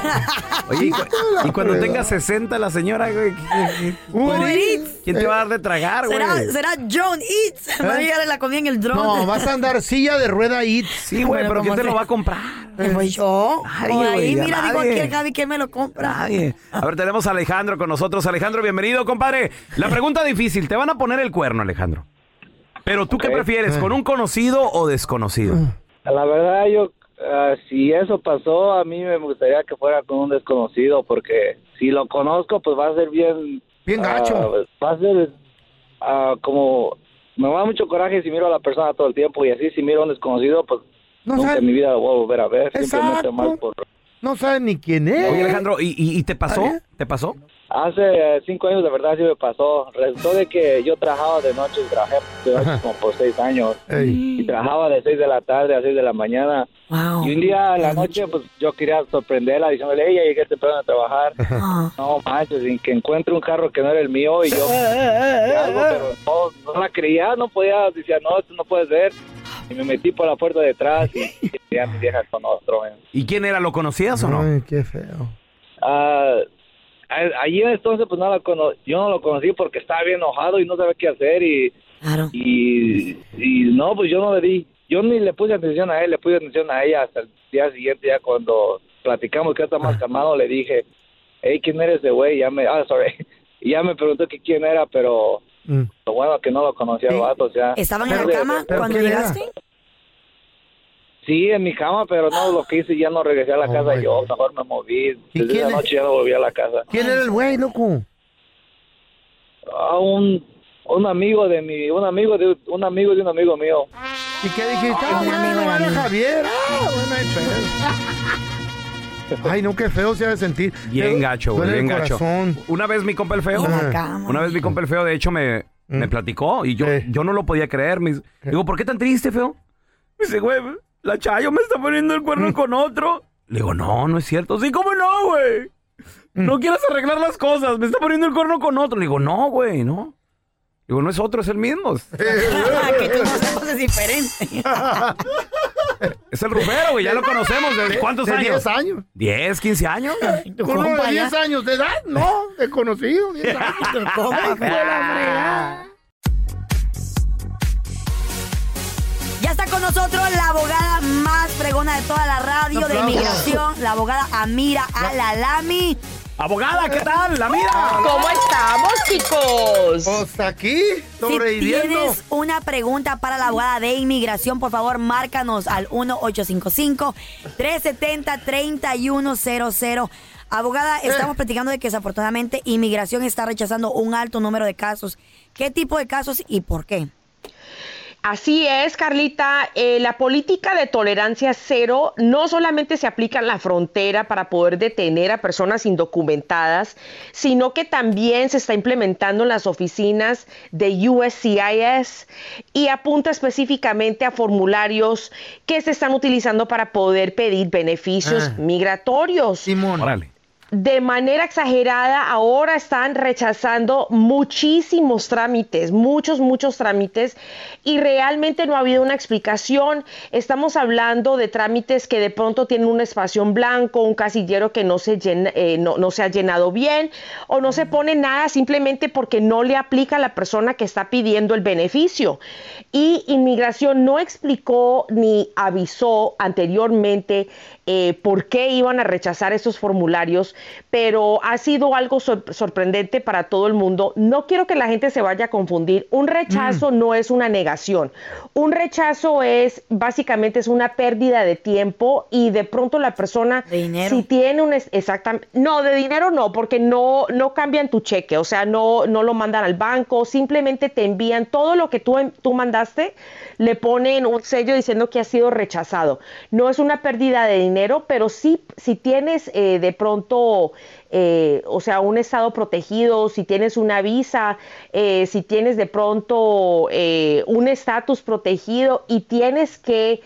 S1: Oye, y, cu- y cuando tenga 60 la señora, güey,
S3: Uber
S1: ¿quién,
S3: Eats.
S1: quién te va a dar de tragar, güey?
S4: ¿Será, será John Eats. Me va a llegar la comida en el drone.
S3: Eh. No, vas a andar silla de rueda y...
S1: Sí, güey, pero ¿quién te lo va a comprar?
S4: Pues yo.
S1: Nadie,
S4: Por ahí,
S1: güey, a
S4: mira, digo
S1: nadie.
S4: aquí el Javi que me lo compra.
S1: Nadie. A ver, tenemos a Alejandro con nosotros. Alejandro, bienvenido, compadre. La pregunta difícil, te van a poner el cuerno, Alejandro. Pero tú qué prefieres, con un conocido o desconocido?
S16: La verdad, yo, ah, si eso pasó, a mí me gustaría que fuera con un desconocido, porque si lo conozco, pues va a ser bien.
S3: Bien
S16: gacho. va a ser ah, como. Me va mucho coraje si miro a la persona todo el tiempo y así, si miro a un desconocido, pues nunca en mi vida lo voy a volver a ver. Simplemente
S3: Exacto.
S16: mal por.
S3: No sabes ni quién es.
S1: Oye, Alejandro, ¿y, y- y te pasó? ¿Te pasó?
S16: Hace eh, cinco años, de verdad, sí me pasó. Resultó de que yo trabajaba de noche, trabajé de noche como por seis años. Y trabajaba de seis de la tarde a seis de la mañana. Y un día en la noche, pues yo quería sorprenderla diciéndole, ella llegué temprano a trabajar. No manches, sin que encuentre un carro que no era el mío y yo. pues, de algo, pero no, no la creía, no podía, decía, no, esto no puede ser. Y me metí por la puerta detrás y y a mi vieja con otro. men.
S1: ¿Y quién era? ¿Lo conocías o no?
S3: Ay, qué feo.
S16: Ah, a- allí entonces pues no la cono- yo no lo conocí porque estaba bien enojado y no sabía qué hacer y, y y no pues yo no le di yo ni le puse atención a él le puse atención a ella hasta el día siguiente ya cuando platicamos que
S4: Ah.
S16: estaba más calmado le dije hey quién eres de güey ya me ah sorry y ya me preguntó que quién era pero lo bueno que no lo conocía el vato o sea
S4: Mm. ¿Estaban en la
S16: Pero-
S4: cama cuando llegaste?
S16: Sí, en mi cama, pero no, lo que hice ya no regresé a la casa yo, mejor me moví. Desde esa noche ya no volví a la casa.
S3: ¿Quién era el güey, loco?
S16: a Ah, un, un amigo de mi, un amigo de un amigo de un amigo mío.
S3: ¿Y qué dijiste? Ah, bueno, vale, Javier. Ah, bueno, hay pedo. Ay, no, qué feo se ha de sentir.
S1: Bien gacho, güey,
S3: Duele el
S1: bien gacho.
S3: corazón.
S1: Una vez mi compa el feo,
S3: En la cama.
S1: una vez mi compa el feo, de hecho, me, me
S3: Mm.
S1: platicó y yo,
S3: Eh.
S1: yo no lo podía creer. me dice, Digo, ¿por qué tan triste, feo? Me dice, güey, la Chayo me está poniendo el
S3: Mm.
S1: cuerno con otro. Le digo, no, no es cierto. Sí, ¿cómo no, güey?
S3: Mm.
S1: No quieras arreglar las cosas, me está poniendo el cuerno con otro. Le digo, no, güey, no. Le digo, no es otro, es el mismo.
S4: que tú no sepas es diferente.
S1: Es el rufero, güey, ya lo conocemos. ¿De cuántos
S3: De
S1: años?
S3: 10 años.
S1: 10, 15 años.
S3: Tu Uno de
S1: compa ya.
S3: 10 años de edad, no, desconocido. 10 años. Hijo de la fregada.
S4: Ya está con nosotros la abogada más fregona de toda la radio
S1: Un
S4: de
S1: aplauso.
S4: inmigración, la abogada Amira Alalami.
S1: Abogada, ¿qué tal? La mira.
S4: ¿Cómo estamos, chicos?
S3: Pues aquí,
S4: Si
S3: sobreviviendo.
S4: tienes una pregunta para la abogada de inmigración, por favor, márcanos al 1-855-370-3100. Abogada, estamos platicando de que desafortunadamente inmigración está rechazando un alto número de casos. ¿Qué tipo de casos y por qué?
S17: Así es, Carlita. Eh, la política de tolerancia cero no solamente se aplica en la frontera para poder detener a personas indocumentadas, sino que también se está implementando en las oficinas de USCIS y apunta específicamente a formularios que se están utilizando para poder pedir beneficios
S18: Ah.
S17: migratorios. De manera exagerada, ahora están rechazando muchísimos trámites, muchos, muchos trámites, y realmente no ha habido una explicación. Estamos hablando de trámites que de pronto tienen un espacio en blanco, un casillero que no se, llena- eh, no, no se ha llenado bien, o no se pone nada simplemente porque no le aplica a la persona que está pidiendo el beneficio. Y inmigración no explicó ni avisó anteriormente eh, por qué iban a rechazar esos formularios, pero ha sido algo sor- sorprendente para todo el mundo. No quiero que la gente se vaya a confundir. Un rechazo no es una negación. Un rechazo es básicamente es una pérdida de tiempo y de pronto la persona si tiene un exactamente no de dinero no porque no no cambian tu cheque, o sea, no no lo mandan al banco, simplemente te envían todo lo que tú en- tú mandaste, le ponen un sello diciendo que ha sido rechazado. No es una pérdida de dinero, pero sí, si tienes eh, de pronto, eh, o sea, un estado protegido, si tienes una visa, eh, si tienes de pronto eh, un estatus protegido y tienes que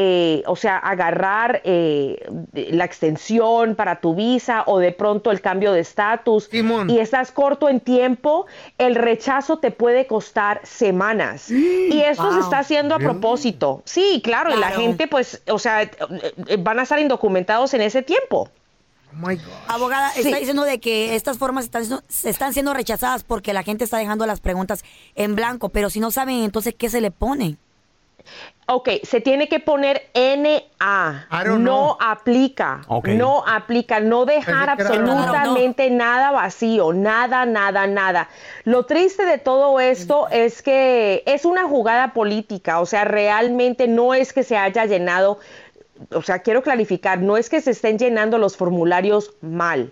S17: eh, o sea, agarrar eh, de- la extensión para tu visa o de pronto el cambio de estatus y estás corto en tiempo, el rechazo te puede costar semanas. Y eso se
S18: Wow.
S17: está haciendo a
S18: Really?
S17: propósito. Sí, claro, y la
S18: Claro.
S17: gente, pues, o sea, eh, eh, van a estar indocumentados en ese tiempo.
S4: Abogada,
S17: Sí.
S4: está diciendo de que estas formas están, siendo- se están siendo rechazadas porque la gente está dejando las preguntas en blanco, pero si no saben, entonces, ¿qué se le pone?
S17: Ok, se tiene que poner NA. No aplica.
S18: Ok.
S17: No aplica. No dejar
S18: Pensé que era-
S17: absolutamente nada vacío. Nada, nada, nada. Lo triste de todo esto es que es una jugada política. O sea, realmente no es que se haya llenado. O sea, quiero clarificar, no es que se estén llenando los formularios mal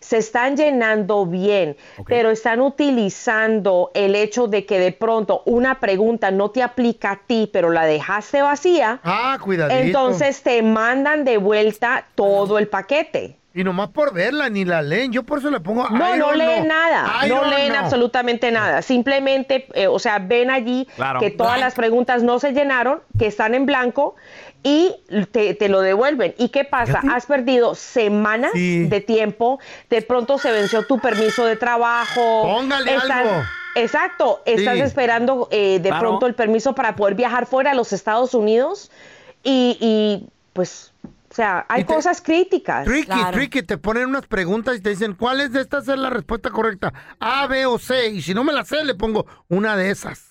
S17: se están llenando bien, pero están utilizando el hecho de que de pronto una pregunta no te aplica a ti, pero la dejaste vacía.
S3: Ah, cuidadito.
S17: Entonces te mandan de vuelta todo el paquete.
S3: Y nomás por verla, ni la leen. Yo por eso le pongo.
S17: No,
S3: I
S17: no
S3: don't
S17: leen
S3: know.
S17: nada,
S3: I
S17: no
S3: don't
S17: leen
S3: know.
S17: absolutamente nada. Simplemente, eh, o sea, ven allí
S3: Claro.
S17: que todas las preguntas no se llenaron, que están en blanco y te, te lo devuelven. ¿Y qué pasa? Has perdido semanas de tiempo, de pronto se venció tu permiso de trabajo.
S3: Póngale algo.
S17: Exacto, estás
S3: Sí.
S17: esperando eh, de
S3: Claro.
S17: pronto el permiso para poder viajar fuera a los Estados Unidos y, y, pues, o sea, hay cosas críticas.
S3: Tricky, tricky, te ponen unas preguntas y te dicen, ¿cuál es de estas es la respuesta correcta? A, B o C. Y si no me la sé, le pongo una de esas.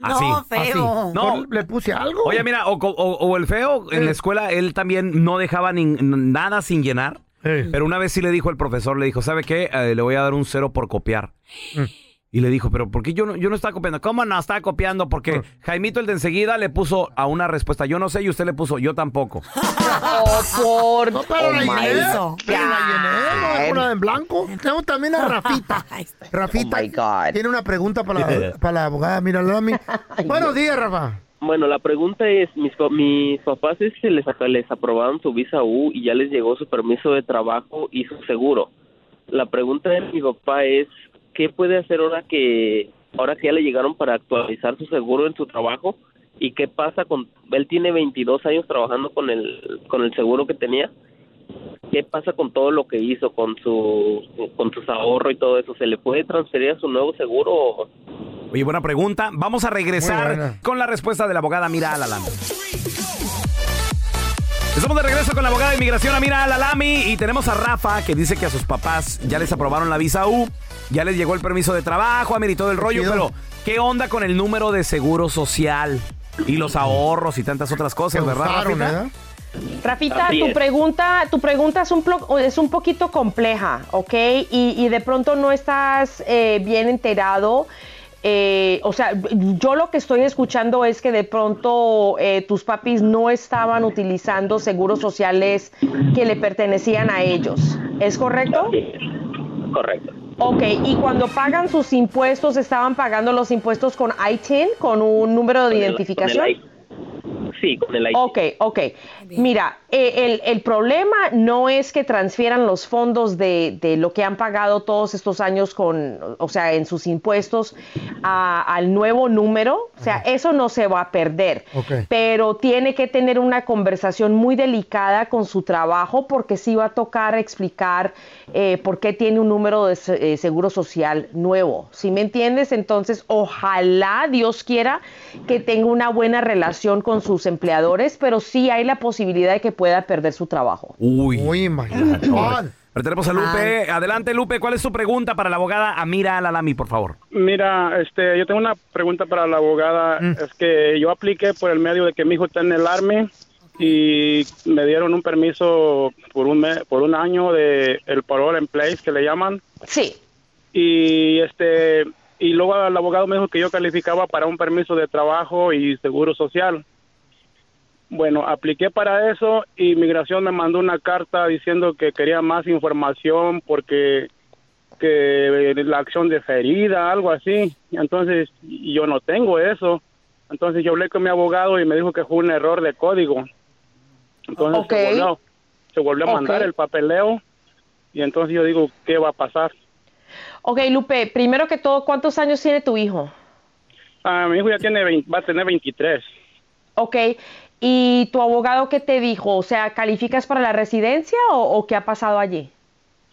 S1: Así.
S3: Así.
S1: No,
S3: Por- Le puse algo.
S1: Oye, mira, o, o- o el feo en la escuela, él también no dejaba ni- nada sin llenar.
S3: Mm.
S1: Pero una vez sí le dijo el profesor, le dijo, ¿sabe qué? Eh, le voy a dar un cero por copiar. Y le dijo, pero ¿por qué yo no, yo no estaba copiando? ¿Cómo no estaba copiando? Porque
S3: Mm.
S1: Jaimito el de enseguida le puso a una respuesta, yo no sé, y usted le puso, yo tampoco.
S17: Oh, por
S3: No, pero
S17: oh
S3: la
S17: my
S3: llené.
S17: God.
S3: Pero la llené, no, una en blanco. Tenemos también a Rafita.
S18: Oh
S3: Rafita tiene una pregunta para la, para la abogada. Mira, Lami. Buenos días, Rafa.
S18: Bueno, la pregunta es, mis, pa- mis papás es que les, ac- les aprobaron su visa U y ya les llegó su permiso de trabajo y su seguro. La pregunta de mi papá es, ¿qué puede hacer ahora que ahora que ya le llegaron para actualizar su seguro en su trabajo? ¿Y qué pasa con él tiene 22 años trabajando con el con el seguro que tenía? ¿Qué pasa con todo lo que hizo con su con sus ahorros y todo eso? ¿Se le puede transferir a su nuevo seguro o
S1: Oye, buena pregunta. Vamos a regresar con la respuesta de la abogada Mira Alalami. Estamos de regreso con la abogada de inmigración Amira Alalami y tenemos a Rafa que dice que a sus papás ya les aprobaron la visa U, ya les llegó el permiso de trabajo, Amir y todo el rollo, pero ¿qué onda con el número de seguro social y los ahorros y tantas otras cosas, verdad?
S3: usaron,
S1: Rafita?
S17: Rafita,
S1: Así
S17: tu
S1: es.
S17: pregunta, tu pregunta es un, plo- es un poquito compleja, ¿ok? Y, y de pronto no estás eh, bien enterado. Eh, o sea, yo lo que estoy escuchando es que de pronto eh, tus papis no estaban utilizando seguros sociales que le pertenecían a ellos. ¿Es correcto?
S18: correcto?
S17: Ok, y cuando pagan sus impuestos, ¿estaban pagando los impuestos con ITIN, con un número de
S18: Con el-
S17: identificación?
S18: con el I- sí, con el I-
S17: Ok, ok. Mira, eh, el, el problema no es que transfieran los fondos de, de lo que han pagado todos estos años con, o sea, en sus impuestos a- al nuevo número. O sea, eso no se va a perder.
S3: Ok.
S17: Pero tiene que tener una conversación muy delicada con su trabajo porque sí va a tocar explicar eh, por qué tiene un número de se- eh, seguro social nuevo. ¿Sí me entiendes? Entonces, ojalá Dios quiera que tenga una buena relación con sus empleadores, pero sí hay la posibilidad de que pueda perder su trabajo.
S1: Uy.
S3: Uy, imagínate.
S1: Pero tenemos a Lupe. Adelante, Lupe. ¿Cuál es su pregunta para la abogada Amira Alalami, por favor?
S2: Mira, este, yo tengo una pregunta para la abogada. Es que yo apliqué por el medio de que mi hijo está en el Army y me dieron un permiso por un me- por un año de el parole en place que le llaman.
S17: Sí.
S2: Y este y luego el abogado me dijo que yo calificaba para un permiso de trabajo y seguro social. Bueno, apliqué para eso y migración me mandó una carta diciendo que quería más información porque que la acción deferida, algo así. Entonces, yo no tengo eso. Entonces, yo hablé con mi abogado y me dijo que fue un error de código. Entonces, se,
S17: Ok.
S2: volvió, se volvió a
S17: Ok.
S2: mandar el papeleo y entonces yo digo, ¿qué va a pasar?
S17: Ok, Lupe, primero que todo, ¿cuántos años tiene tu hijo?
S2: Ah, mi hijo ya tiene vein- va a tener 23.
S17: Ok, ¿y tu abogado qué te dijo? O sea, ¿calificas para la residencia o, o qué ha pasado allí?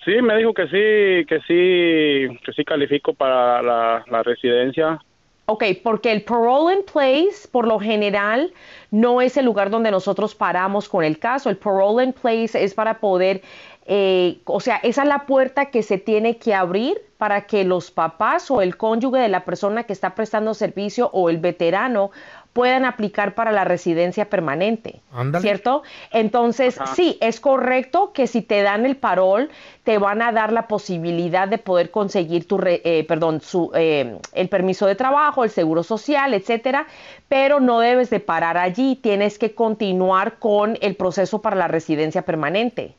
S2: Sí, me dijo que sí, que sí, que sí califico para la, la residencia.
S17: Ok, porque el parole in place, por lo general, no es el lugar donde nosotros paramos con el caso. El parole in place es para poder, eh, o sea, esa es la puerta que se tiene que abrir para que los papás o el cónyuge de la persona que está prestando servicio o el veterano puedan aplicar para la residencia permanente.
S3: Ándale.
S17: ¿Cierto? Entonces,
S3: Ajá.
S17: sí, es correcto que si te dan el parol, te van a dar la posibilidad de poder conseguir tu, re- eh, perdón, su, eh, el permiso de trabajo, el seguro social, etcétera, pero no debes de parar allí, tienes que continuar con el proceso para la residencia permanente.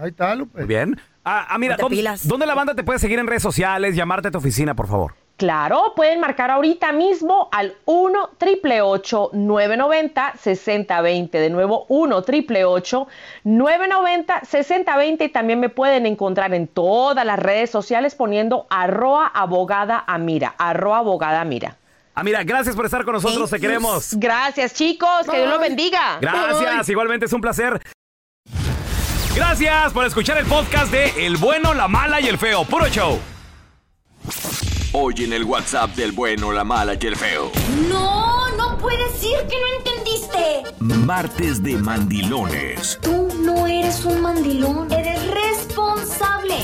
S3: Ahí está, Lupe.
S1: Bien. Ah, ah, mira,
S17: Ponte
S1: ¿dónde,
S17: pilas.
S1: dónde la banda te puede seguir en redes sociales? Llamarte a tu oficina, por favor.
S17: Claro, pueden marcar ahorita mismo al 1 888 990 6020. De nuevo, 1 888 990 6020. Y también me pueden encontrar en todas las redes sociales poniendo arroa abogada amira. Arroa abogada amira.
S1: Amira, Ah, gracias por estar con nosotros. Te queremos.
S17: Gracias, chicos. Que Dios los bendiga.
S1: Gracias. Igualmente es un placer. Gracias por escuchar el podcast de El bueno, la mala y el feo. Puro show.
S8: Hoy en el WhatsApp del bueno, la mala y el feo.
S9: No, no puedes decir que no entendiste.
S8: Martes de mandilones.
S9: Tú no eres un mandilón, eres responsable.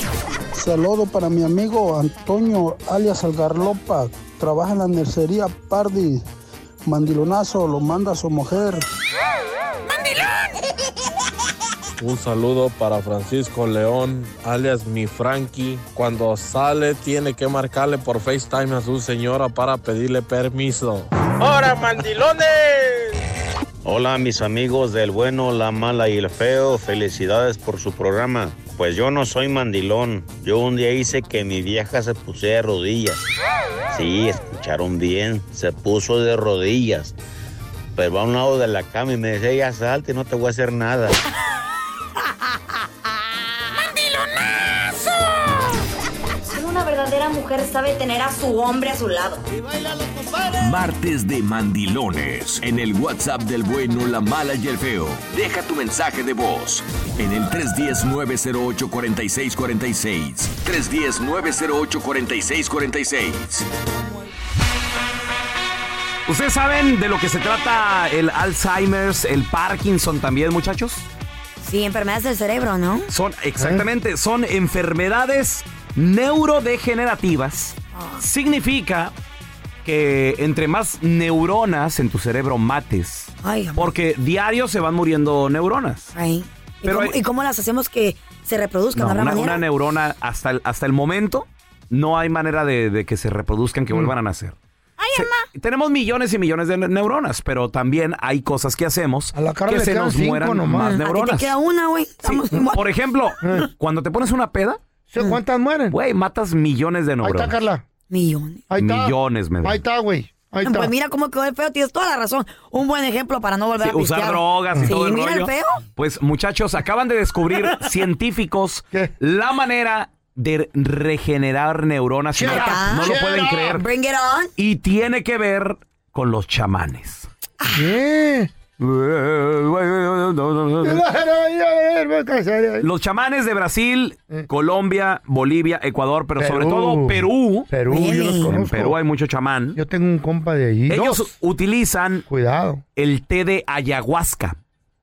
S19: Saludo para mi amigo Antonio alias Algarlopa. Trabaja en la nercería Pardi. Mandilonazo, lo manda su mujer.
S9: ¡Mandilón!
S20: Un saludo para Francisco León, alias mi Frankie. Cuando sale tiene que marcarle por FaceTime a su señora para pedirle permiso.
S21: ¡Hora, mandilones! Hola mis amigos del bueno, la mala y el feo, felicidades por su programa. Pues yo no soy mandilón, yo un día hice que mi vieja se pusiera de rodillas. Sí, escucharon bien, se puso de rodillas. Pero a un lado de la cama y me decía, ya salte, no te voy a hacer nada.
S9: ¡Mandilonazo! Solo una verdadera mujer sabe tener a su hombre a su lado.
S8: Martes de Mandilones en el WhatsApp del bueno, la mala y el feo. Deja tu mensaje de voz en el 310-908-4646. 310-908-4646.
S1: ¿Ustedes saben de lo que se trata el Alzheimer's, el Parkinson también, muchachos?
S4: Sí, enfermedades del cerebro, ¿no?
S1: Son, exactamente, son enfermedades neurodegenerativas.
S4: Ah.
S1: Significa que entre más neuronas en tu cerebro mates,
S4: Ay, amor.
S1: porque diario se van muriendo neuronas.
S4: Ay. ¿Y,
S1: Pero
S4: cómo,
S1: hay-
S4: y cómo las hacemos Pues que se reproduzcan?
S1: No,
S4: ¿Habrá
S1: una,
S4: manera?
S1: una neurona hasta el, hasta el momento no hay manera de, de que se reproduzcan,
S4: Mm.
S1: que vuelvan a nacer. Se- tenemos millones y millones de ne- neuronas, pero también hay cosas que hacemos que
S3: le
S1: se
S3: quedan
S1: nos
S3: cinco
S1: mueran
S3: nomás.
S1: más
S3: A ti te
S1: neuronas.
S4: Queda una, güey. Estamos igual.
S1: Por ejemplo, cuando te pones una peda,
S3: ¿cuántas mueren?
S1: Güey, matas millones de
S3: Ahí está,
S1: neuronas.
S3: Carla.
S4: Millones.
S3: Ahí está.
S1: Millones, me da.
S3: Ahí está, güey. Ahí está.
S4: Pues mira cómo quedó el feo, tienes toda la razón. Un buen ejemplo para no volver
S1: Sí,
S4: a
S1: usar
S4: pistear.
S1: drogas y
S4: Sí,
S1: todo el
S4: mira
S1: rollo.
S4: el feo.
S1: Pues muchachos, acaban de descubrir científicos la manera de regenerar neuronas.
S4: Shut
S1: No,
S4: up.
S1: lo
S4: Shut
S1: pueden
S4: up.
S1: creer.
S4: Bring it on.
S1: Y tiene que ver con los chamanes. Los chamanes de Brasil, Colombia, Bolivia, Ecuador, pero sobre
S3: Perú.
S1: todo Perú.
S3: Perú, yo los
S1: en
S3: conozco.
S1: Perú hay mucho chamán.
S3: Yo tengo un compa de allí.
S1: Ellos
S3: Dos.
S1: utilizan
S3: Cuidado.
S1: el té de ayahuasca.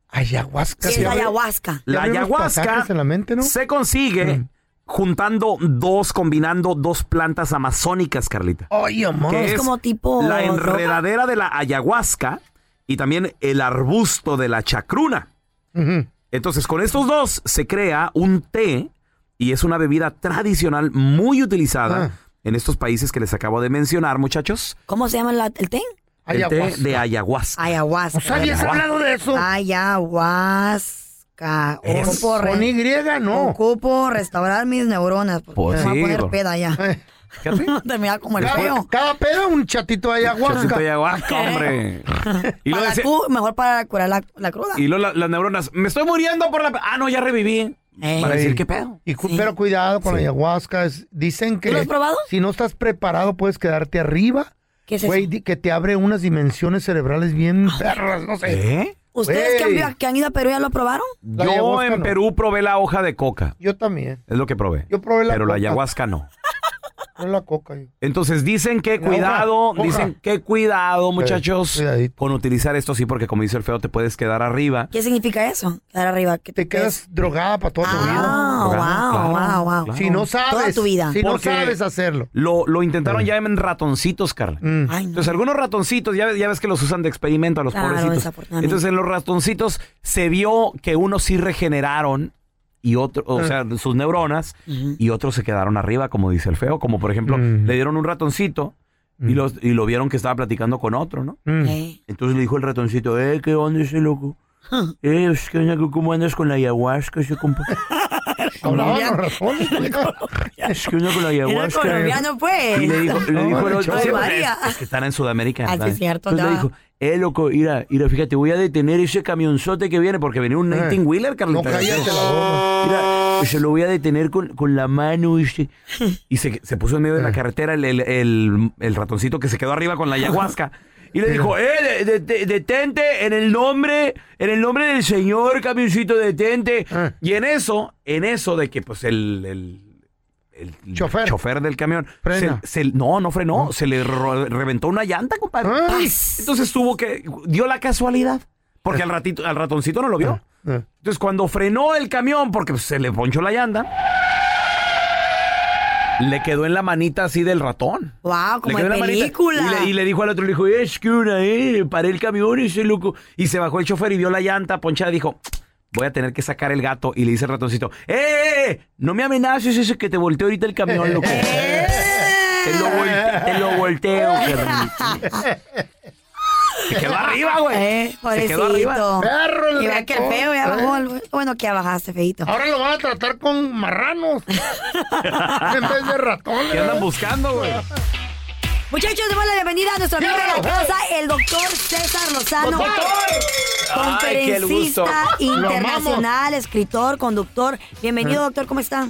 S3: Ayahuasca. ¿te
S4: Sí, es la
S3: abre-
S4: ayahuasca.
S3: te
S1: La
S3: abre unos
S1: ayahuasca
S3: pasajes en la mente, ¿no? Mm.
S1: se consigue juntando dos, combinando dos plantas amazónicas, Carlita.
S3: Ay, amor.
S1: que
S4: Es como tipo
S1: La
S4: droga.
S1: enredadera de la ayahuasca y también el arbusto de la chacruna.
S3: Ujú.
S1: Entonces, con estos dos se crea un té y es una bebida tradicional muy
S3: Ah.
S1: utilizada en estos países que les acabo de mencionar, muchachos.
S4: ¿Cómo se llama la- el té?
S1: El té de ayahuasca.
S4: Ayahuasca.
S3: Pues,
S1: sea, habías hablado
S3: de eso.
S4: Ayahuasca.
S1: Es-
S4: Ocupo re-
S3: con Y, no.
S4: Ocupo restaurar mis neuronas. porque
S1: Pues
S4: me voy
S1: sí,
S4: a poner
S1: bro.
S4: peda ya. Terminar como el feo.
S3: Eh, Cada, cada pedo un chatito de ayahuasca.
S1: Chocito de ayahuasca, hombre. Y luego
S4: Para
S1: decía-
S4: cu- mejor para curar la, la cruda.
S1: Y luego la- las neuronas, me estoy muriendo por la... Ah, no, ya reviví.
S4: Eh.
S1: Para decir, ¿qué pedo?
S3: Y cu- Pero cuidado con la
S1: Sí.
S3: ayahuasca. es- dicen que.
S4: lo has probado?
S3: Si no estás preparado, puedes quedarte arriba.
S4: ¿Qué es
S3: Güey,
S4: eso? Ah.
S3: di- que te abre unas dimensiones cerebrales bien perras, no sé.
S1: ¿Eh?
S4: ¿Ustedes que han,
S3: Güey.
S4: vi- que han ido a Perú ya lo probaron?
S3: La
S1: Yo
S3: ayahuasca
S1: en
S3: no.
S1: Perú probé la hoja de coca.
S3: Yo también.
S1: Es lo que probé.
S3: Yo probé la
S1: Pero la
S3: coca.
S1: ayahuasca no.
S3: No la coca. yo.
S1: Entonces dicen que
S3: hoja,
S1: cuidado,
S3: hoja.
S1: dicen que cuidado, muchachos,
S3: Eh, cuidadito.
S1: con utilizar esto sí, porque como dice el feo, te puedes quedar arriba.
S4: ¿Qué significa eso? Dar arriba. que
S3: Te quedas drogada para toda tu vida.
S4: Ah, wow, wow, wow.
S3: Si no sabes.
S4: Toda tu vida.
S3: Si no
S1: Porque-
S3: sabes hacerlo. Mm.
S1: Lo, lo intentaron ya en ratoncitos, Carla. Entonces, algunos ratoncitos, ya, ves- ya ves que los usan de experimento a los
S4: Claro,
S1: pobrecitos.
S4: desafortunadamente.
S1: Entonces, en los ratoncitos se vio que unos sí regeneraron y otros, o
S3: Ah.
S1: sea, sus neuronas, y otros se quedaron arriba, como dice el feo. Como por ejemplo,
S3: Mm.
S1: le dieron un ratoncito y, los, y lo vieron que estaba platicando con otro, ¿no?
S3: Mm.
S4: Eh.
S1: Entonces le dijo el ratoncito, eh, ¿qué onda ese loco? Eh, es que, onda, ¿cómo andas con la ayahuasca ese compa?
S3: Hablaban los ratones.
S1: Es que uno con la
S4: Era
S1: ayahuasca.
S4: colombiano, pues.
S1: Y le dijo, le
S4: No,
S1: dijo el
S4: no,
S1: otro,
S4: no,
S1: sí,
S4: María.
S1: es que están en Sudamérica.
S4: Ah, sí,
S1: ¿verdad?
S4: es cierto,
S1: Entonces le
S4: ya.
S1: dijo, eh, loco, mira, mira, fíjate, voy a detener ese camionzote que viene, porque venía un 19 Wheeler, Carlita.
S3: Eh. No, cállate la
S1: Mira, se lo voy a detener con, con la mano, ¿viste? Y se, se puso en medio de la carretera el, el- el- el ratoncito que se quedó arriba con la ayahuasca. Y le dijo, eh, de- de- detente en el nombre, en el nombre del señor, camioncito, detente. Y en eso, en eso de que pues el- el el chofer. del camión.
S3: Frena.
S1: Se- se- no, no frenó. Se le ro- reventó una llanta, compadre. Paz. Entonces tuvo que. Dio la casualidad. Porque al ratito, al ratoncito no lo vio. Entonces, cuando frenó el camión, porque pues, se le ponchó la llanta, le quedó en la manita así del ratón.
S4: Wow, como
S1: le quedó
S4: en
S1: en la manita.
S4: película.
S1: Y le, y le dijo al otro, le dijo, es que una, eh, paré el camión ese loco. Y se bajó el chofer y vio la llanta ponchada y dijo, voy a tener que sacar el gato. Y le dice el ratoncito, ¡eh, eh, eh! No me amenaces ese que te volteó ahorita el camión, loco. te, lo volte- te lo volteo, Carlito. Se quedó arriba, güey.
S4: Eh,
S1: Se quedó arriba.
S4: pobrecito.
S3: Perro, el
S4: Y vea que el
S3: ratón.
S4: feo ya bajó.
S3: Eh.
S4: el- Bueno, que ya bajaste, feito.
S3: Ahora lo van a tratar con marranos. en vez de ratones.
S1: ¿Qué andan buscando, güey?
S4: Ah, Muchachos, demos la bienvenida a nuestro amigo de la casa, el doctor César Lozano.
S10: Ay, qué gusto.
S4: Conferencista
S10: Lo
S4: internacional, escritor, conductor. Bienvenido,
S10: Eh.
S4: doctor, ¿cómo está?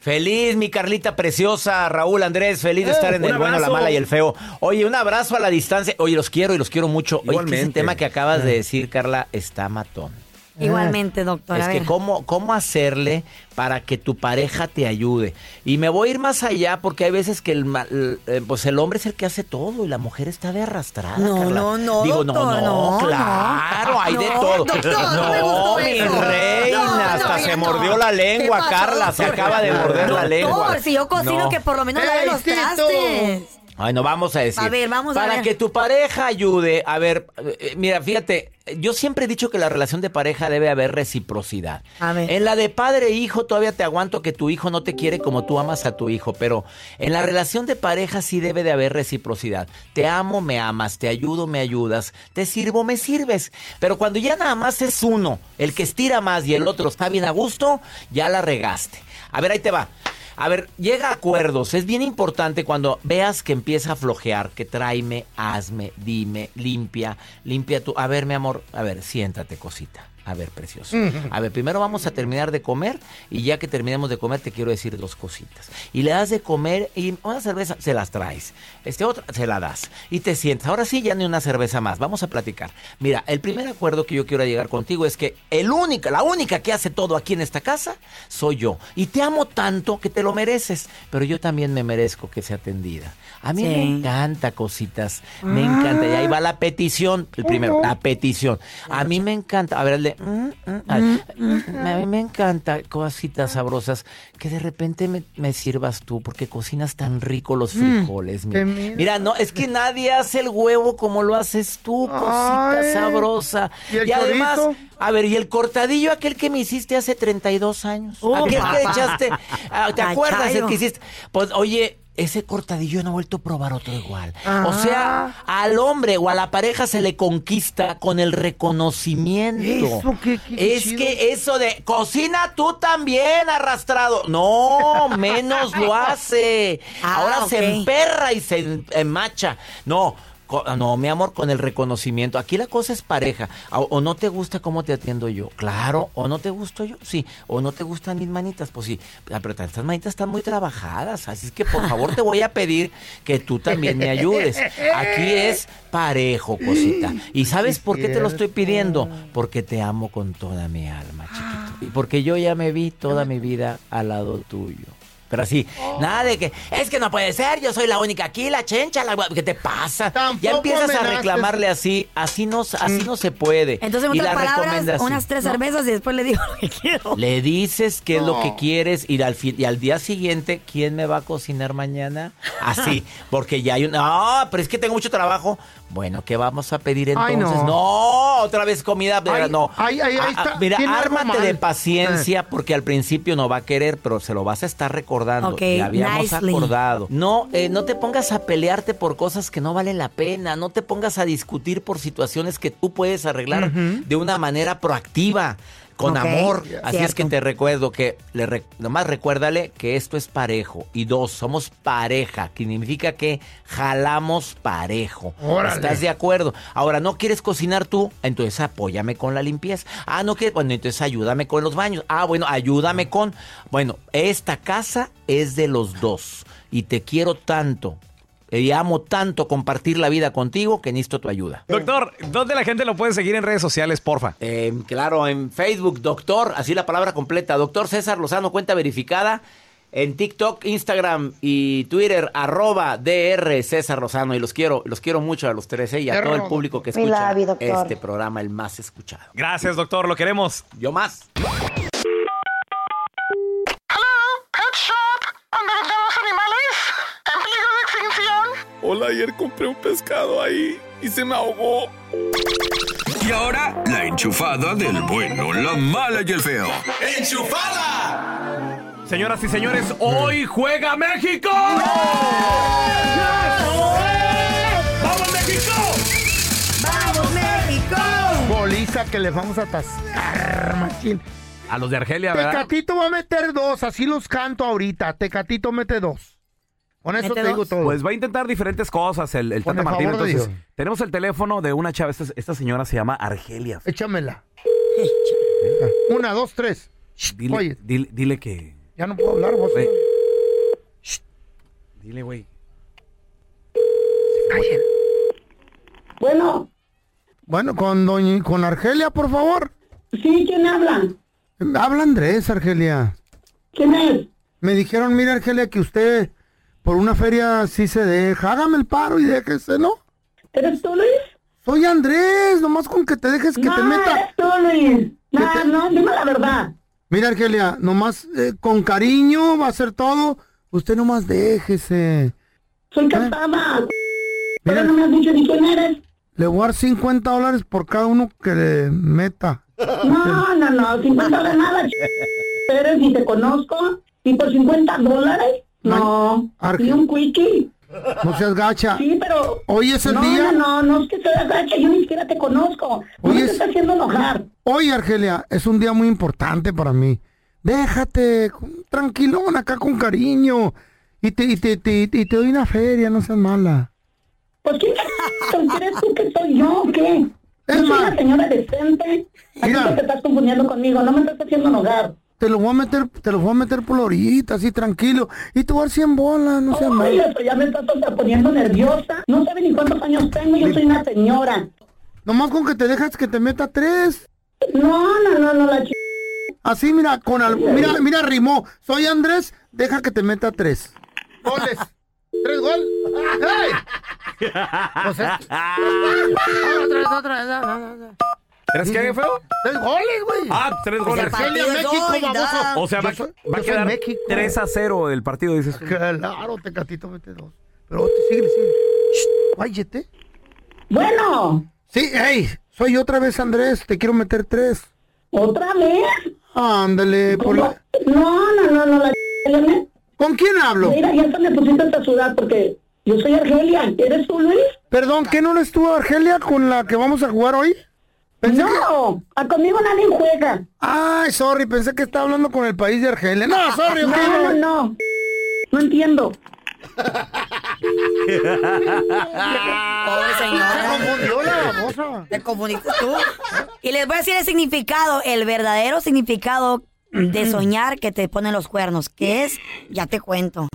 S10: Feliz, mi Carlita preciosa, Raúl Andrés, feliz de
S4: Eh,
S10: estar en
S4: un
S10: el bueno, la
S4: abrazo.
S10: mala y el feo. Oye, un abrazo a la distancia. Oye, los quiero y los quiero mucho. Oye, que ese
S11: Igualmente.
S10: tema que acabas de decir, Carla, está matón.
S4: Igualmente, doctor.
S10: Es
S4: a
S10: que
S4: ver.
S10: cómo, cómo hacerle para que tu pareja te ayude. Y me voy a ir más allá porque hay veces que el, ma- el- eh, pues el hombre es el que hace todo y la mujer está de arrastrada.
S4: No,
S10: Carla.
S4: no, no,
S10: Digo,
S4: doctor,
S10: no,
S4: no,
S10: no,
S4: no.
S10: claro, hay de
S4: No,
S10: todo.
S4: doctor, no me
S10: no,
S4: gustó
S10: mi
S4: eso.
S10: reina,
S4: No, no,
S10: hasta
S4: ya
S10: se
S4: no.
S10: mordió la
S4: ¿Qué
S10: lengua,
S4: pasó,
S10: Carla, se
S4: doctor?
S10: acaba de morder la
S4: Doctor,
S10: lengua.
S4: si yo cocino,
S10: No.
S4: que por lo menos lave los trastes.
S10: Ay, no vamos a decir.
S4: A ver, vamos a
S10: Para
S4: ver.
S10: que tu pareja ayude, a ver, eh, mira, fíjate, yo siempre he dicho que la relación de pareja debe haber reciprocidad.
S4: A ver.
S10: En la de padre e hijo todavía te aguanto que tu hijo no te quiere como tú amas a tu hijo, pero en la relación de pareja sí debe de haber reciprocidad. Te amo, me amas, te ayudo, me ayudas, te sirvo, me sirves. Pero cuando ya nada más es uno, el que estira más y el otro está bien a gusto, ya la regaste. A ver, ahí te va. A ver, llega a acuerdos. Es bien importante cuando veas que empieza a flojear, que tráeme, hazme, dime, limpia, limpia tú. A ver, mi amor, a ver, siéntate, cosita. A ver, precioso. A ver, primero vamos a terminar de comer y ya que terminemos de comer te quiero decir dos cositas. Y le das de comer y una cerveza se las traes. Este otra se la das y te sientas. Ahora sí ya ni una cerveza más. Vamos a platicar. Mira, el primer acuerdo que yo quiero llegar contigo es que el única, la única que hace todo aquí en esta casa soy yo y te amo tanto que te lo mereces, pero yo también me merezco que sea atendida. A mí
S11: Sí.
S10: me encanta cositas, me encanta. Y ahí va la petición, el primero, la petición. A mí me encanta, a ver, el de, mm,
S4: ah,
S10: mm, a- a mí me encanta cositas sabrosas que de repente me, me sirvas tú porque cocinas tan rico los
S11: Mm,
S10: frijoles. mi-
S11: te
S10: mira.
S11: miro.
S10: no, es que nadie hace el huevo como lo haces tú, cosita
S11: Ay.
S10: sabrosa.
S11: ¿Y el
S10: además,
S11: chorizo?
S10: a ver, y el cortadillo aquel que me hiciste hace 32 años.
S11: Oh,
S10: aquel que
S11: papá.
S10: echaste, ah, ¿te acuerdas el
S11: Cachayo.
S10: que hiciste? Pues oye, ese cortadillo no he vuelto a probar otro igual. O
S3: Ah.
S10: sea, al hombre o a la pareja se le conquista con el reconocimiento.
S11: Eso, qué- qué- qué
S10: es
S11: chido.
S10: que eso de cocina tú también, arrastrado. No, menos lo hace.
S11: Ah,
S10: Ahora
S11: ok.
S10: se emperra y se en- enmacha. No. co- No, mi amor, con el reconocimiento. Aquí la cosa es pareja. Ah, O, o no te gusta cómo te atiendo yo. Claro. O no te gusto yo. Sí. O no te gustan mis manitas. Pues sí. Ah, Pero estas manitas están muy trabajadas. Así es que por favor te voy a pedir que tú también me ayudes. Aquí es parejo, cosita. ¿Y sabes por qué te lo estoy pidiendo? Porque te amo con toda mi alma, chiquito. Y porque yo ya me vi toda mi vida al lado tuyo. Pero así, nada de que, es que no puede ser, yo soy la única aquí, la chencha, la gua-". ¿qué te pasa? ya empiezas a
S4: amenaces.
S10: reclamarle así, así no, así no se puede.
S4: Entonces, en
S10: Y
S4: otras
S10: la
S4: palabras,
S10: recomendación-
S4: unas tres
S10: No.
S4: cervezas y después le digo lo que quiero.
S10: Le dices qué es lo que
S4: No.
S10: quieres y al, fi- y al día siguiente, ¿quién me va a cocinar mañana? Así, porque ya hay un... Ah, pero es que tengo mucho trabajo. Bueno, ¿qué vamos a pedir
S11: Ay,
S10: entonces?
S11: no.
S10: no. otra vez comida. de-
S11: Ay,
S10: no.
S11: ay, ay, ahí
S10: Ah, ah,
S11: está.
S10: Mira,
S11: Tiene algo
S10: ármate de
S11: mal.
S10: paciencia porque al principio no va a querer, pero se lo vas a estar recordando.
S11: Ok,
S10: y habíamos
S11: nicely.
S10: acordado. No, eh, no te pongas a pelearte por cosas que no valen la pena. No te pongas a discutir por situaciones que tú puedes arreglar
S11: Ujú.
S10: de una manera proactiva con
S11: Ok,
S10: amor. Así es
S11: cierto.
S10: que te recuerdo que, le rec- nomás recuérdale que esto es parejo. Y dos, somos pareja, que significa que jalamos parejo.
S11: Órale.
S10: ¿Estás de acuerdo? Ahora, ¿no quieres cocinar tú? Entonces apóyame con la limpieza. Ah, ¿no quieres? Bueno, entonces ayúdame con los baños. Ah, bueno, ayúdame con... Bueno, esta casa es de los dos. Y te quiero tanto. Y amo tanto compartir la vida contigo que necesito tu ayuda.
S11: Doctor, ¿dónde la gente lo puede seguir en redes sociales, porfa?
S10: Em, claro, en Facebook, doctor, así la palabra completa, doctor César Lozano, cuenta verificada. En TikTok, Instagram y Twitter, arroba DR César Lozano. Y los quiero, los quiero mucho a los tres ¿eh? y a todo el público que
S11: We love
S10: escucha
S11: you, doctor.
S10: este programa, el más escuchado.
S11: Gracias, doctor, lo queremos.
S10: Yo más.
S22: Pet Shop, donde vendemos
S9: eh.
S22: animales en peligro de extinción.
S23: Hola, ayer compré un pescado ahí y se me ahogó.
S8: Y ahora, la enchufada del bueno, la mala y el feo.
S1: Señoras y señores, hoy juega México.
S3: ¡Vamos, México! ¡Vamos, México! Goliza que les vamos a atascar, machín.
S1: A los de Argelia, ¿verdad?
S3: Tecatito va a meter dos, así los canto ahorita. Tecatito mete dos. Con eso te digo todo.
S1: Pues va a intentar diferentes cosas el, el
S3: Con
S1: Tata
S3: el
S1: Martino.
S3: favor de
S1: Entonces, tenemos el teléfono de una chava. Esta, esta señora se llama Argelia.
S3: Échamela. Una, dos, tres.
S1: Dile,
S3: Oye.
S1: dile, dile que.
S3: Ya no puedo hablar, vos.
S1: Güey. Dile, güey.
S3: Bueno. Bueno, con doña, con Argelia, por favor. Sí, ¿quién habla? Habla Andrés, Argelia. ¿Quién es? Me dijeron, mira, Argelia, que usted por una feria sí se deja. Hágame el paro y déjese, ¿no? ¿Eres tú, Luis? Soy Andrés, nomás con que te dejes que
S22: No,
S3: te meta.
S22: eres tú, Luis. No, Ah, no, dime la verdad.
S3: Mira, Argelia, nomás eh, con cariño va a ser todo. Usted nomás déjese. ¿Eh? Soy casada. Mira, no me has dicho ni quién eres. Le voy a dar 50 dólares por cada uno que le meta.
S22: No, no, no, 50 dólares nada, ch- eres ni te conozco. ¿Y por 50 dólares? No.
S3: Arge-
S22: ¿Y un quickie?
S3: No seas gacha.
S22: Sí, pero...
S3: Hoy es el
S22: no,
S3: día.
S22: No, no, no, es que seas gacha, yo ni siquiera te conozco.
S3: Hoy es... Hoy, Argelia, es un día muy importante para mí. Déjate, con- tranquilón, acá con cariño. Y te, y te, te- y te doy una feria, no seas mala.
S22: ¿Por qué ch- crees tú que soy yo o qué? Yo soy una señora decente. Aquí te estás confundiendo conmigo, no me estás haciendo enojar.
S3: Te lo voy a meter, te lo voy a meter por la orillita, así tranquilo. Y te voy a dar 100 bolas, no seas
S22: Ay,
S3: mala.
S22: pero ya me estás hasta poniendo nerviosa. No sabes ni cuántos años tengo, yo soy una señora.
S3: Nomás con que te dejas que te meta tres.
S22: No, no, no, no, la ch...
S3: Así, mira, con al- mira, mira, rimó. Soy Andrés, deja que te meta tres. Goles. Tres gol.
S22: O
S3: otra
S22: sea-
S3: vez, otra vez. otra vez, otra vez.
S1: ¿Eres qué, feo?
S3: Tres goles, güey.
S1: Ah, tres
S3: Pues
S1: goles.
S3: el partido Argelia, es México, hoy, da. baboso.
S1: O sea,
S3: Yo
S1: va,
S3: soy-
S1: va a
S3: yo soy
S1: quedar
S3: México.
S1: 3 a 0 el partido, dices tú.
S3: Claro, Tecatito mete dos. Pero te sigue, sigue. Váyete.
S22: Bueno.
S3: Sí, hey, soy otra vez Andrés, te quiero meter tres.
S22: ¿Otra vez?
S3: Ándale, por la...
S22: No, no, no, no, la ch-
S3: ¿Con quién hablo?
S22: Mira, ya hasta me pusiste hasta sudar porque yo soy Argelia. ¿Eres tú, Luis?
S3: Perdón, ¿qué no eres tú, Argelia, con la que vamos a jugar hoy?
S22: no, a conmigo nadie juega.
S3: Ay, sorry, pensé que estaba hablando con el país de Argelia. No, sorry,
S22: No,
S3: ok,
S22: no, no. No entiendo.
S4: Pobre señora.
S3: Se confundió la babosa.
S4: Te confundiste tú. Y les voy a decir el significado, el verdadero significado de soñar que te ponen los cuernos, que es, ya te cuento.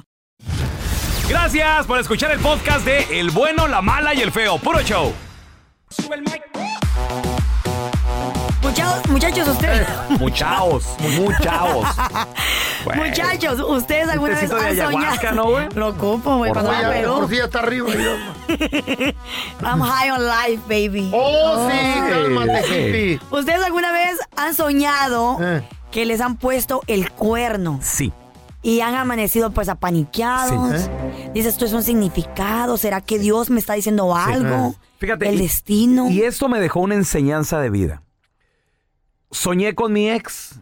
S1: Gracias por escuchar el podcast de El bueno, la mala y el feo. Puro show.
S4: Muchachos, muchachos, ustedes.
S1: Muchaos, muchaos. Bueno.
S4: Muchachos, ¿ustedes alguna
S1: Un
S4: vez
S1: tecito de
S4: han
S1: ayahuasca,
S4: soñado?
S1: ¿no, güey?
S4: Lo ocupo, güey,
S1: Por
S4: cuando
S1: favor.
S4: me pegó.
S3: Por si ya está arriba.
S4: I'm high on life, baby.
S3: Oh, sí, cálmate,
S4: sí.
S3: hippie.
S4: ¿Ustedes alguna vez han soñado que les han puesto el cuerno?
S1: Eh. Sí.
S4: Y han amanecido pues apaniqueados.
S1: Sí. ¿Eh?
S4: Dices, esto es un significado. ¿Será que Dios me está diciendo
S1: Sí. Eh.
S4: algo?
S1: Fíjate.
S4: El
S1: y-
S4: destino.
S1: Y esto me dejó una enseñanza de vida. Soñé con mi ex.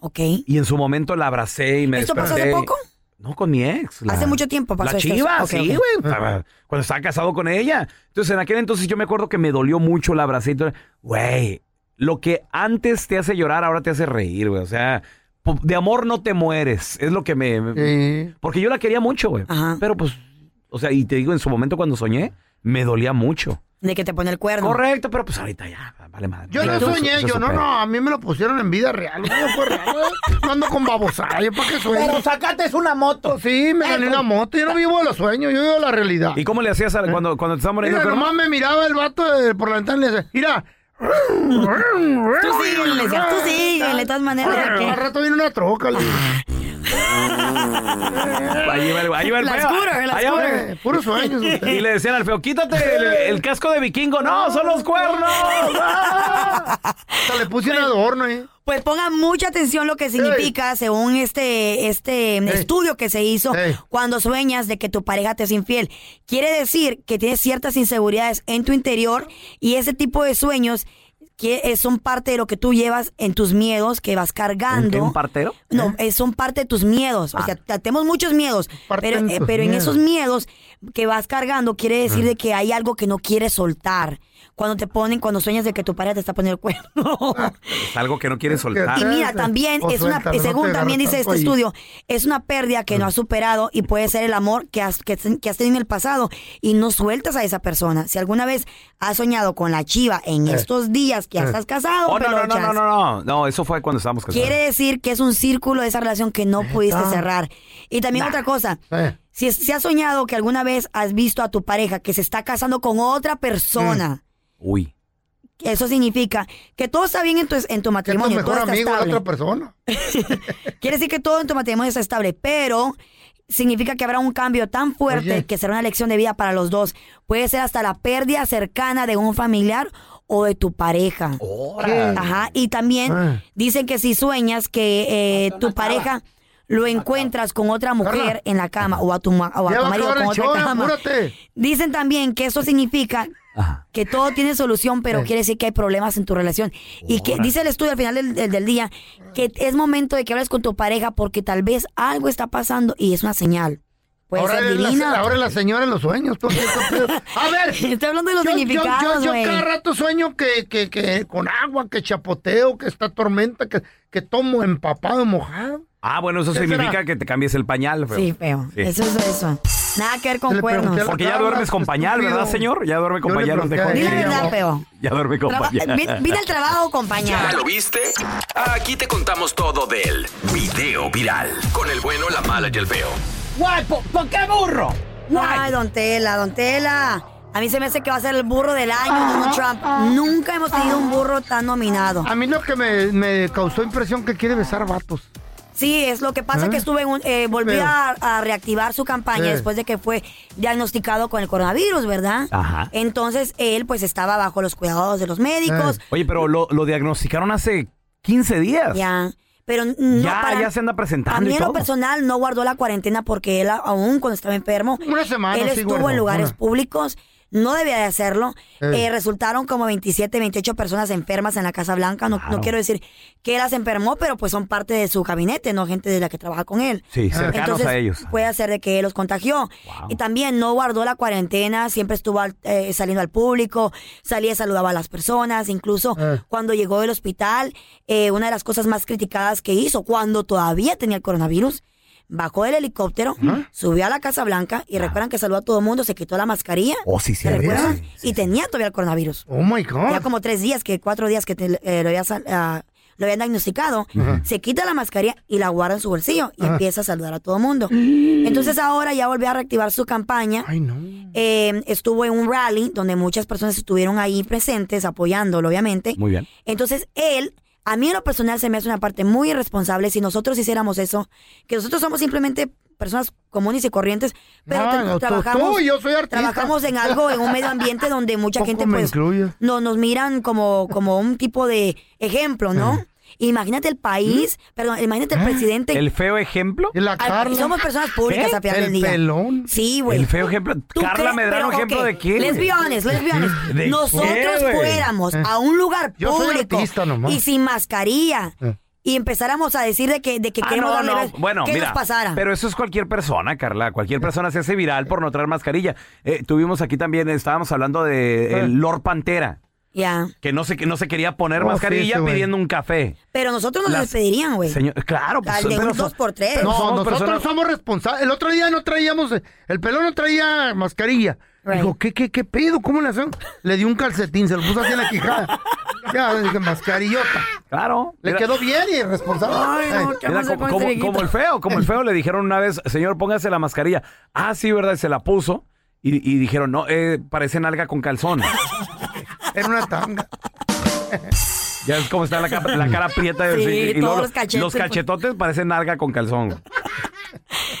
S4: Ok.
S1: Y en su momento la abracé y me
S4: ¿Esto pasó hace
S1: desperté.
S4: poco?
S1: No, con mi ex. la-
S4: Hace mucho tiempo pasó
S1: La
S4: esto.
S1: chiva,
S4: Ok,
S1: sí,
S4: ok.
S1: güey. Estaba- Cuando estaba casado con ella. Entonces, en aquel entonces yo me acuerdo que me dolió mucho la abracé. y todo. Güey, lo que antes te hace llorar, ahora te hace reír, güey. O sea, po- de amor no te mueres. Es lo que me... Porque yo la quería mucho, güey. Pero pues, o sea, y te digo, en su momento cuando soñé, me dolía mucho.
S4: De que te pone el cuerno.
S1: Correcto, pero pues ahorita ya, vale madre.
S3: Yo no
S1: Eso-
S3: soñé,
S1: eso
S3: yo no,
S1: supera.
S3: no, a mí me lo pusieron en vida real. No, fue real. No ando con babosada, ¿yo para qué sueño?
S24: Pero
S3: sacaste una moto. Sí, me gané una moto, yo no vivo de los sueños, yo vivo de la realidad.
S1: ¿Y cómo le hacías
S3: Eh.
S1: a- cuando, cuando te estaba muriendo?
S3: Mira,
S1: el cuerno?
S3: nomás me miraba el vato de- por la ventana y le decía, mira. Tú
S4: síguele, le decía, tú síguele, de todas maneras, ¿de qué? Ah,
S3: Al rato viene una troca. le digo.
S1: Ahí va, el- ahí va el
S3: La
S1: feo.
S3: scooter, la
S1: Ahí va el-
S3: scooter. Puros sueños, usted.
S1: Y le decían al feo, quítate el, el casco de vikingo. No, son los cuernos.
S3: Hasta le puse un adorno, ¿eh?
S4: Pues pongan mucha atención lo que significa, según este, este estudio que se hizo, cuando sueñas de que tu pareja te es infiel. Quiere decir que tienes ciertas inseguridades en tu interior y ese tipo de sueños que eh, son parte de lo que tú llevas en tus miedos que vas cargando.
S1: ¿Un partero? Ah.
S4: No, eh, son parte de tus miedos. O sea, te- tenemos muchos miedos, pero,
S1: de
S4: eh,
S1: tus
S4: pero en
S1: miedos.
S4: esos miedos que vas cargando quiere decir de que hay algo que no quieres soltar. Cuando te ponen, cuando sueñas de que tu pareja te está poniendo el cuerno.
S1: Es algo que no quieres soltar.
S4: Y mira, también,
S1: O
S4: es una,
S1: suéltalo, no
S4: según
S1: te
S4: también dice
S1: agarres
S4: este
S1: tampoco ahí.
S4: estudio, es una pérdida que no has superado y puede ser el amor que has, que, ten- que has tenido en el pasado y no sueltas a esa persona. Si alguna vez has soñado con la chiva en
S1: Eh.
S4: estos días que ya
S1: Eh.
S4: estás casado,
S1: Oh, no, no, no,
S4: pelochas,
S1: no, no, no. No, eso fue cuando estábamos casados.
S4: quiere decir que es un círculo de esa relación que no pudiste cerrar. Y también otra cosa,
S1: Eh.
S4: si, es- si has soñado que alguna vez has visto a tu pareja que se está casando con otra persona,
S1: Mm. Uy.
S4: eso significa que todo está bien en tu, en tu matrimonio.
S3: mejor
S4: todo está
S3: amigo de la
S4: estable.
S3: otra persona.
S4: Quiere decir que todo en tu matrimonio está estable, pero significa que habrá un cambio tan fuerte
S3: Oye.
S4: que será una lección de vida para los dos. Puede ser hasta la pérdida cercana de un familiar o de tu pareja.
S1: Órale.
S4: Ajá. Y también
S1: Ah.
S4: dicen que si sueñas que eh, tu pareja lo encuentras con otra mujer
S3: Carla.
S4: en la cama o a tu, ma- o a
S3: Ya
S4: tu
S3: va a
S4: marido
S3: acabar
S4: con
S3: el
S4: otra
S3: show,
S4: cama.
S3: apúrate.
S4: Dicen también que eso significa que todo tiene solución, pero
S3: Eh.
S4: quiere decir que hay problemas en tu relación. Y que
S3: Órale.
S4: dice el estudio al final del, del- del día que es momento de que hables con tu pareja porque tal vez algo está pasando y es una señal. Puede
S3: ahora,
S4: ser
S3: es
S4: divina.
S3: la, ahora es la señora en los sueños. tú, ¿qué pedo? A ver.
S4: Estoy pues. hablando de los
S3: yo, yo-
S4: significados,
S3: Yo, yo
S4: güey.
S3: cada rato sueño que, que, que con agua, que chapoteo, que está tormenta, que, que tomo empapado, mojado.
S1: Ah, bueno, eso
S3: ¿Qué
S1: significa
S3: será?
S1: que te cambies el pañal, feo.
S4: Sí, feo.
S1: Sí.
S4: Eso es eso. Nada que ver con cuernos.
S1: Porque ya duermes con pañal, ¿verdad, señor? Ya duerme con
S4: Yo le
S1: pañal. no te
S4: bloqueé.
S1: jodas.
S4: Di la verdad, feo.
S1: Ya duerme con
S4: Traba-
S1: pañal.
S4: vi- Vine al trabajo, compañero.
S8: ¿Ya lo viste? Aquí te contamos todo del video viral. Con el bueno, la mala y el feo.
S4: Guay, ¿por, qué burro? Ay, don Tela, don Tela. A mí se me hace que va a ser el burro del año, Donald Trump. Nunca hemos tenido un burro tan nominado.
S3: A mí lo que me, me causó impresión que quiere besar vatos.
S4: Sí, es lo que pasa
S3: ¿Eh?
S4: que estuve en un- eh, volvió
S3: Pero-
S4: a, a reactivar su campaña
S3: Sí.
S4: después de que fue diagnosticado con el coronavirus, ¿verdad?
S1: Ajá.
S4: Entonces él pues estaba bajo los cuidados de los médicos.
S1: Eh. Oye, pero lo, lo diagnosticaron hace 15 días.
S4: Ya. Pero no
S1: ya,
S4: para-
S1: ya se anda
S4: A
S1: presentando
S4: mí
S1: y
S4: en lo
S1: todo.
S4: personal no guardó la cuarentena porque él a- aún cuando estaba enfermo, él
S3: sí
S4: estuvo
S3: guardó,
S4: en lugares
S3: una.
S4: públicos, no debía de hacerlo.
S3: Eh.
S4: Eh, resultaron como 27, 28 personas enfermas en la Casa Blanca. No, no
S1: Claro.
S4: quiero decir que él las enfermó, pero pues son parte de su gabinete, no gente de la que trabaja con él.
S1: Sí, cercanos
S4: Entonces,
S1: a ellos.
S4: Puede ser de que él los contagió. Y también no guardó la cuarentena, siempre estuvo al- eh, saliendo al público, salía y saludaba a las personas, incluso
S7: Eh.
S4: cuando llegó del hospital, eh, una de las cosas más criticadas que hizo cuando todavía tenía el coronavirus, bajó del helicóptero,
S1: ¿Ah?
S4: subió a la Casa Blanca y recuerdan que saludó a todo el mundo, se quitó la mascarilla.
S1: Oh, sí,
S4: ¿se
S1: cierto.
S4: recuerdan? y tenía todavía el coronavirus.
S3: Oh my God.
S4: Ya como tres días, que cuatro días que te- eh, lo, había sal- ah, lo habían diagnosticado,
S3: Ajá.
S4: se quita la mascarilla y la guarda en su bolsillo y
S3: Ajá.
S4: empieza a saludar a todo el mundo. Entonces ahora ya volvió a reactivar su campaña. Eh, estuvo en un rally donde muchas personas estuvieron ahí presentes apoyándolo, obviamente.
S1: Muy bien.
S4: Entonces, él, a mí en lo personal se me hace una parte muy irresponsable si nosotros hiciéramos eso, que nosotros somos simplemente personas comunes y corrientes, pero
S3: Ah,
S4: tra-
S3: no, tú-
S4: trabajamos,
S3: tú, yo soy artista.
S4: trabajamos en algo, en un medio ambiente donde mucha
S3: Poco
S4: gente
S3: me
S4: pues
S3: incluyes.
S4: no, nos miran como, como un tipo de ejemplo, ¿no?
S1: Ah.
S4: Imagínate el país, perdón, imagínate el presidente.
S1: ¿Mm? ¿El feo ejemplo? ¿Eh?
S3: La
S4: Ay, pues, somos personas públicas a final del día. Sí, güey.
S1: ¿El feo ejemplo?
S4: ¿Tú
S1: ¿Carla
S4: crees?
S1: me dará
S4: Pero,
S1: un ejemplo
S4: ok,
S1: de quién?
S4: Let's be honest, let's be honest.
S1: ¿De
S4: Nosotros
S1: qué, güey?
S4: fuéramos
S1: Eh.
S4: a un lugar
S1: Yo soy
S4: público
S1: artista nomás.
S4: y sin mascarilla
S1: Eh.
S4: y empezáramos a decir de que, de que
S1: Ah,
S4: queremos
S1: no,
S4: darle
S1: no.
S4: besos,
S1: Bueno,
S4: ¿qué
S1: mira,
S4: nos pasara?
S1: pero eso es cualquier persona, Carla. Cualquier persona se hace viral por no traer mascarilla. Eh, tuvimos aquí también, estábamos hablando de
S4: Ah.
S1: el Lord Pantera,
S4: Ya.
S1: que no se, que no se quería poner
S4: Oh, sí,
S1: mascarilla
S4: ese güey.
S1: pidiendo un café.
S4: Pero nosotros nos
S1: Las-
S4: despedirían, güey.
S1: Señor, claro, pues,
S4: Al de
S1: pero
S4: un
S1: son-
S4: dos por tres.
S1: pero
S3: No,
S1: somos
S3: nosotros
S1: personas-
S3: somos responsables. El otro día no traíamos, el pelón no traía mascarilla. Dijo, ¿qué, qué, qué pedo? ¿Cómo le hacen? Le dio un calcetín, se lo puso así en la quijada. ya, dije, mascarillota.
S1: Claro.
S3: Le
S1: Mira-
S3: quedó bien y
S1: Pues,
S3: responsable.
S1: ah, Mira, como, como- como el feo, como el feo le dijeron una vez, señor, póngase la mascarilla. Ah, sí, ¿verdad? Y se la puso. Y, y dijeron, no, eh, parece nalga con calzón.
S3: Era una tanga.
S1: Ya es como está la, ca- la cara prieta.
S4: Sí,
S1: y luego
S4: pues. todos los cachetes,
S1: los cachetotes parecen nalga con calzón.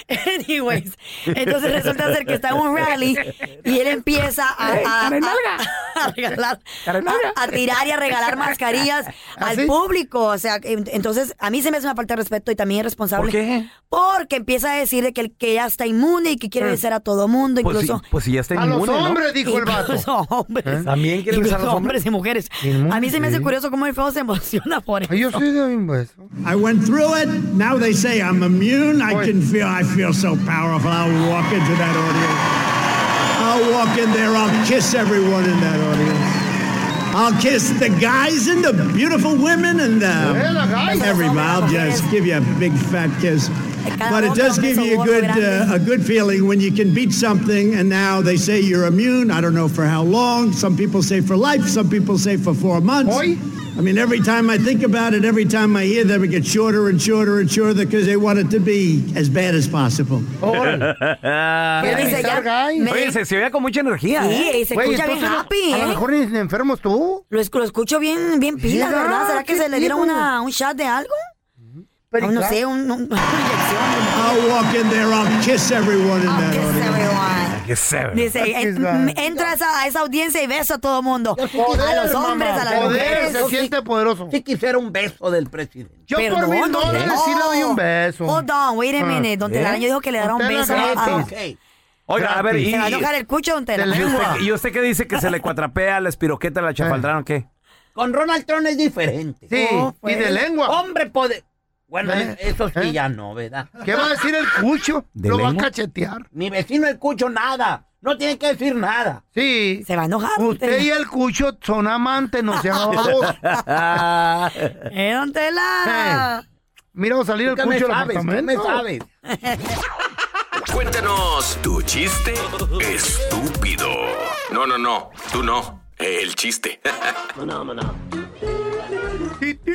S4: Anyways, entonces resulta ser que está en un rally
S1: Pues
S4: y él empieza a, a-
S10: Karen
S4: a-
S10: Nalga.
S4: a regalar,
S10: Karen Nalga.
S4: a, a tirar y a regalar mascarillas al
S10: ¿Ah, sí?
S4: público. O sea, en- entonces a mí se me hace una falta de respeto y también es responsable.
S1: ¿Por qué?
S4: Porque empieza a decir de que, el- que ya está inmune y que quiere
S1: Eh.
S4: vencer a todo mundo,
S1: Pues sí,
S4: incluso.
S1: pues sí, ya está A los inmune, ¿no? hombres, dijo el vato.
S4: Incluso a hombres.
S1: ¿Eh? También quiere
S4: Incluso
S1: besar a los
S4: hombres y mujeres. A mí se me hace
S1: sí.
S4: curioso cómo el feo se emociona por eso.
S3: Mm-hmm. Yo soy de
S12: I went through it. Now they say I'm immune. I can feel. I feel so powerful. I'll walk into that audience. I'll walk in there. I'll kiss everyone in that audience. I'll kiss the guys and the beautiful women and the,
S3: Yeah, the guys.
S12: everybody. I'll just give you a big fat kiss. But it does give you a good uh, a good feeling when you can beat something. And now they say you're immune. I don't know for how long. Some people say for life. Some people say for four months. I mean, every time I think about it, every time I hear them, it gets shorter and shorter and shorter because they want it to be as bad as possible.
S4: Ah. dice, ya, me-
S1: Oye, se, se oía con mucha energía.
S4: Sí,
S1: ¿eh?
S4: y se escucha bien happy,
S3: a
S4: ¿eh?
S3: lo mejor ni enfermos tú.
S4: Lo, esc- lo escucho bien, bien pila,
S3: Mira,
S4: ¿verdad? ¿Será que
S3: qué
S4: se le dieron
S3: chido.
S4: una, un shot de algo? Aún no sé, un, un-
S12: I'll walk in there, I'll kiss everyone in that audience.
S4: Dice, en- m- entra a esa, a esa audiencia y besa a todo mundo. a los hombres, a las mujeres.
S3: siente poderoso.
S25: Si quisiera un beso del presidente.
S4: Yo por Perdón, mil dólares don- sí le doy un beso. Ah. ¿Eh? hold on, wait a minute. Don Telaraño dijo que le dará un
S25: Usted
S4: beso
S25: la
S4: a- a-
S25: gratis.
S1: Oiga, a ver, y,
S4: Se va a enojar el cucho, don
S1: y,
S4: Telaraño.
S1: usted, y usted qué dice que se le cuatrapea, la espiroqueta, la chafaldrana, o ¿qué?
S25: Con Ronald Trump es diferente.
S1: Sí,
S25: Oh,
S1: y
S25: pues.
S1: de lengua.
S25: Hombre poder. Bueno,
S1: Eh,
S25: eso sí
S1: eh.
S25: ya no, ¿verdad?
S1: ¿Qué va a decir el cucho?
S3: ¿De Lo va a lengua?
S25: cachetear. Mi vecino el cucho nada. No tiene que decir nada.
S3: Sí.
S4: Se va a enojar.
S3: Usted y el cucho son amantes, no sean babosos.
S4: Eh, don Tela.
S3: Mira, va a salir el
S25: ¿Tú qué me
S3: cucho del
S25: sabes? ¿Tú
S3: apartamento.
S25: me sabes?
S8: Cuéntanos tu chiste estúpido. No, no, no. Tú no. El chiste.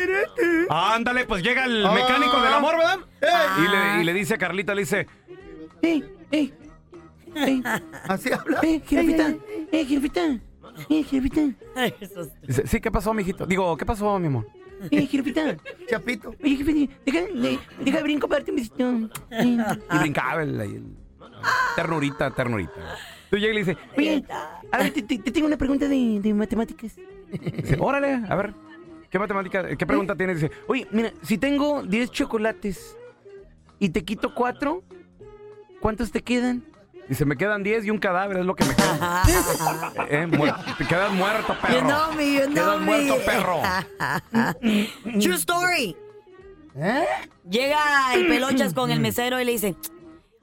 S1: Ándale, pues llega el
S8: Ah.
S1: mecánico del amor, ¿verdad?
S3: Ah.
S1: Eh, Y, le, y le dice a Carlita, le dice,
S10: ¡Ey, ey! ¡Ey!
S3: Así habla.
S25: Eh,
S10: ¡Ey, jirafita! ¡Ey, jirafita! ¡Ey, jirafita!
S1: dice, sí, ¿qué pasó, mijito? Digo, ¿qué pasó, mi amor?
S10: ¡Ey, jirafita!
S3: ¡Chapito!
S10: Oye, jirafita, deja, de, deja de brinco para darte un besito.
S4: Ah.
S1: Y brincaba el, el- ternurita, ternurita. Tú llega y le dice,
S10: Oye, a ver, te, te- te tengo una pregunta de, de matemáticas.
S1: dice, órale, a ver, ¿qué matemática, qué
S4: Eh.
S1: pregunta tienes? Dice,
S10: Oye, mira, si tengo 10 chocolates y te quito 4, ¿cuántos te quedan?
S1: dice, me quedan 10 y un cadáver, es lo que me queda. Eh, eh, muer- te quedas muerto, perro.
S4: You know me, you know
S1: quedas
S4: me.
S1: muerto, perro.
S4: True story. ¿Eh? Llega el pelochas con el mesero y le dice,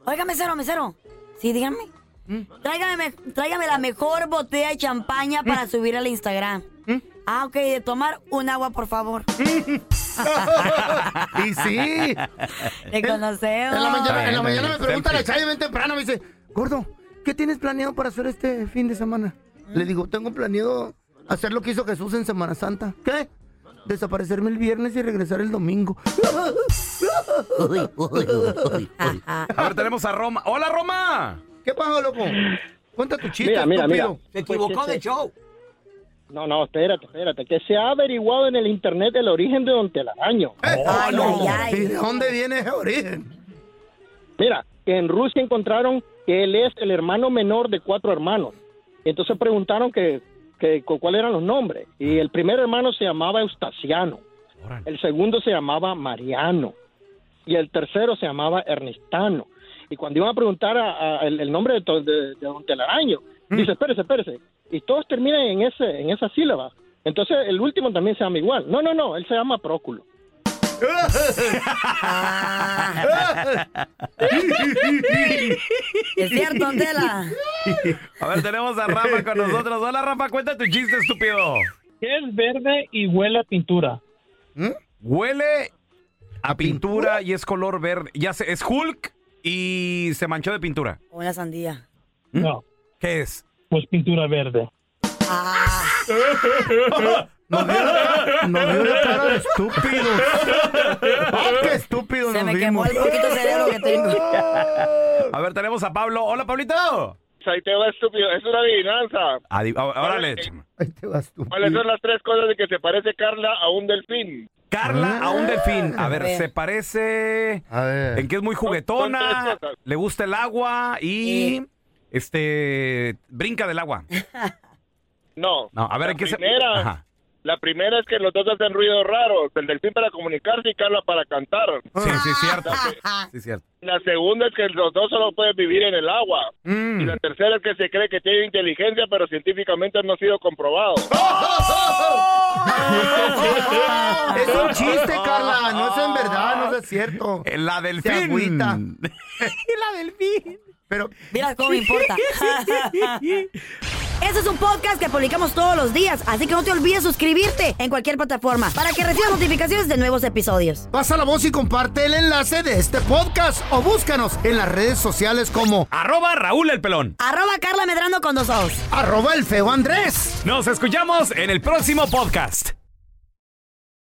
S4: oiga mesero, mesero, sí, dígame, Mm. tráigame, me- tráigame la mejor botella de champaña para subir al Instagram. Ah, ok, de tomar un agua, por favor.
S3: Y sí.
S4: Te conocemos.
S3: En la mañana, en la mañana me
S4: Selfie.
S3: pregunta la Chayo bien temprano, me dice, gordo, ¿qué tienes planeado para hacer este fin de semana? Le digo, tengo planeado hacer lo que hizo Jesús en Semana Santa. ¿Qué? Desaparecerme el viernes y regresar el domingo.
S1: A ver, tenemos a Roma. ¡Hola, Roma!
S3: ¿Qué pasa, loco? Cuenta tu chiste,
S13: Mira, mira,
S3: estúpido.
S13: mira. Se equivocó de show. No, no, espérate, espérate. Que se ha averiguado en el internet el origen de Don Telaraño.
S3: Eh,
S1: Oh.
S3: ¿Y de dónde viene ese origen?
S13: Mira, que en Rusia encontraron que él es el hermano menor de cuatro hermanos. Entonces preguntaron que, que cu- cuáles eran los nombres. Y el primer hermano se llamaba Eustaciano. El segundo se llamaba Mariano. Y el tercero se llamaba Ernestano. Y cuando iban a preguntar a- a el, el nombre de, to- de- de Don Telaraño, dice, espérese, espérese. Y todos terminan en, ese, en esa sílaba. Entonces el último también se llama igual. No, no, no, él se llama Próculo.
S4: Es cierto, don Tela.
S1: A ver, tenemos a Rafa con nosotros. Hola, Rafa, cuenta tu chiste, estúpido.
S2: que es verde y huele a pintura.
S1: Huele ¿Mm? a pintura y es color verde. Ya sé, es Hulk y se manchó de pintura.
S4: Una sandía.
S1: ¿Mm?
S2: No.
S1: ¿Qué es?
S2: Pues pintura verde.
S3: Nos dio la, nos dio la cara de estúpido. Ah, qué estúpido
S4: Se
S3: nos
S4: me quemó
S3: vimos.
S4: el poquito cerebro que tengo.
S1: A ver, tenemos a Pablo. Hola, Pablito.
S26: Ahí te va, estúpido. Es una adivinanza.
S1: Adi- ó- Ah, Órale.
S26: ¿Cuáles son las tres cosas de que se parece Carla a un delfín?
S1: Carla a un delfín. A ver, se parece en que es muy juguetona, le gusta el agua y este brinca del agua.
S26: No.
S1: No, a ver,
S26: la
S1: ¿en qué se-
S26: primera,
S1: Ajá.
S26: La primera es que los dos hacen ruidos raros. El delfín para comunicarse y Carla para cantar.
S1: Sí, sí, cierto. Sí, cierto.
S26: La segunda es que los dos solo pueden vivir en el agua.
S1: Mm.
S26: Y la tercera es que se cree que tiene inteligencia, pero científicamente no ha sido comprobado.
S3: Es un chiste, Carla. No es en verdad, no es cierto.
S1: La del
S3: fin. Agüita.
S4: la del fin.
S3: Pero.
S4: Mira cómo me importa. Ese es un podcast que publicamos todos los días, así que no te olvides suscribirte en cualquier plataforma para que recibas notificaciones de nuevos episodios.
S3: Pasa la voz y comparte el enlace de este podcast o búscanos en las redes sociales como
S1: Arroba Raúl el pelón.
S4: Arroba Carla Medrano con dos ojos.
S3: arroba el feo Andrés.
S1: Nos escuchamos en el próximo podcast.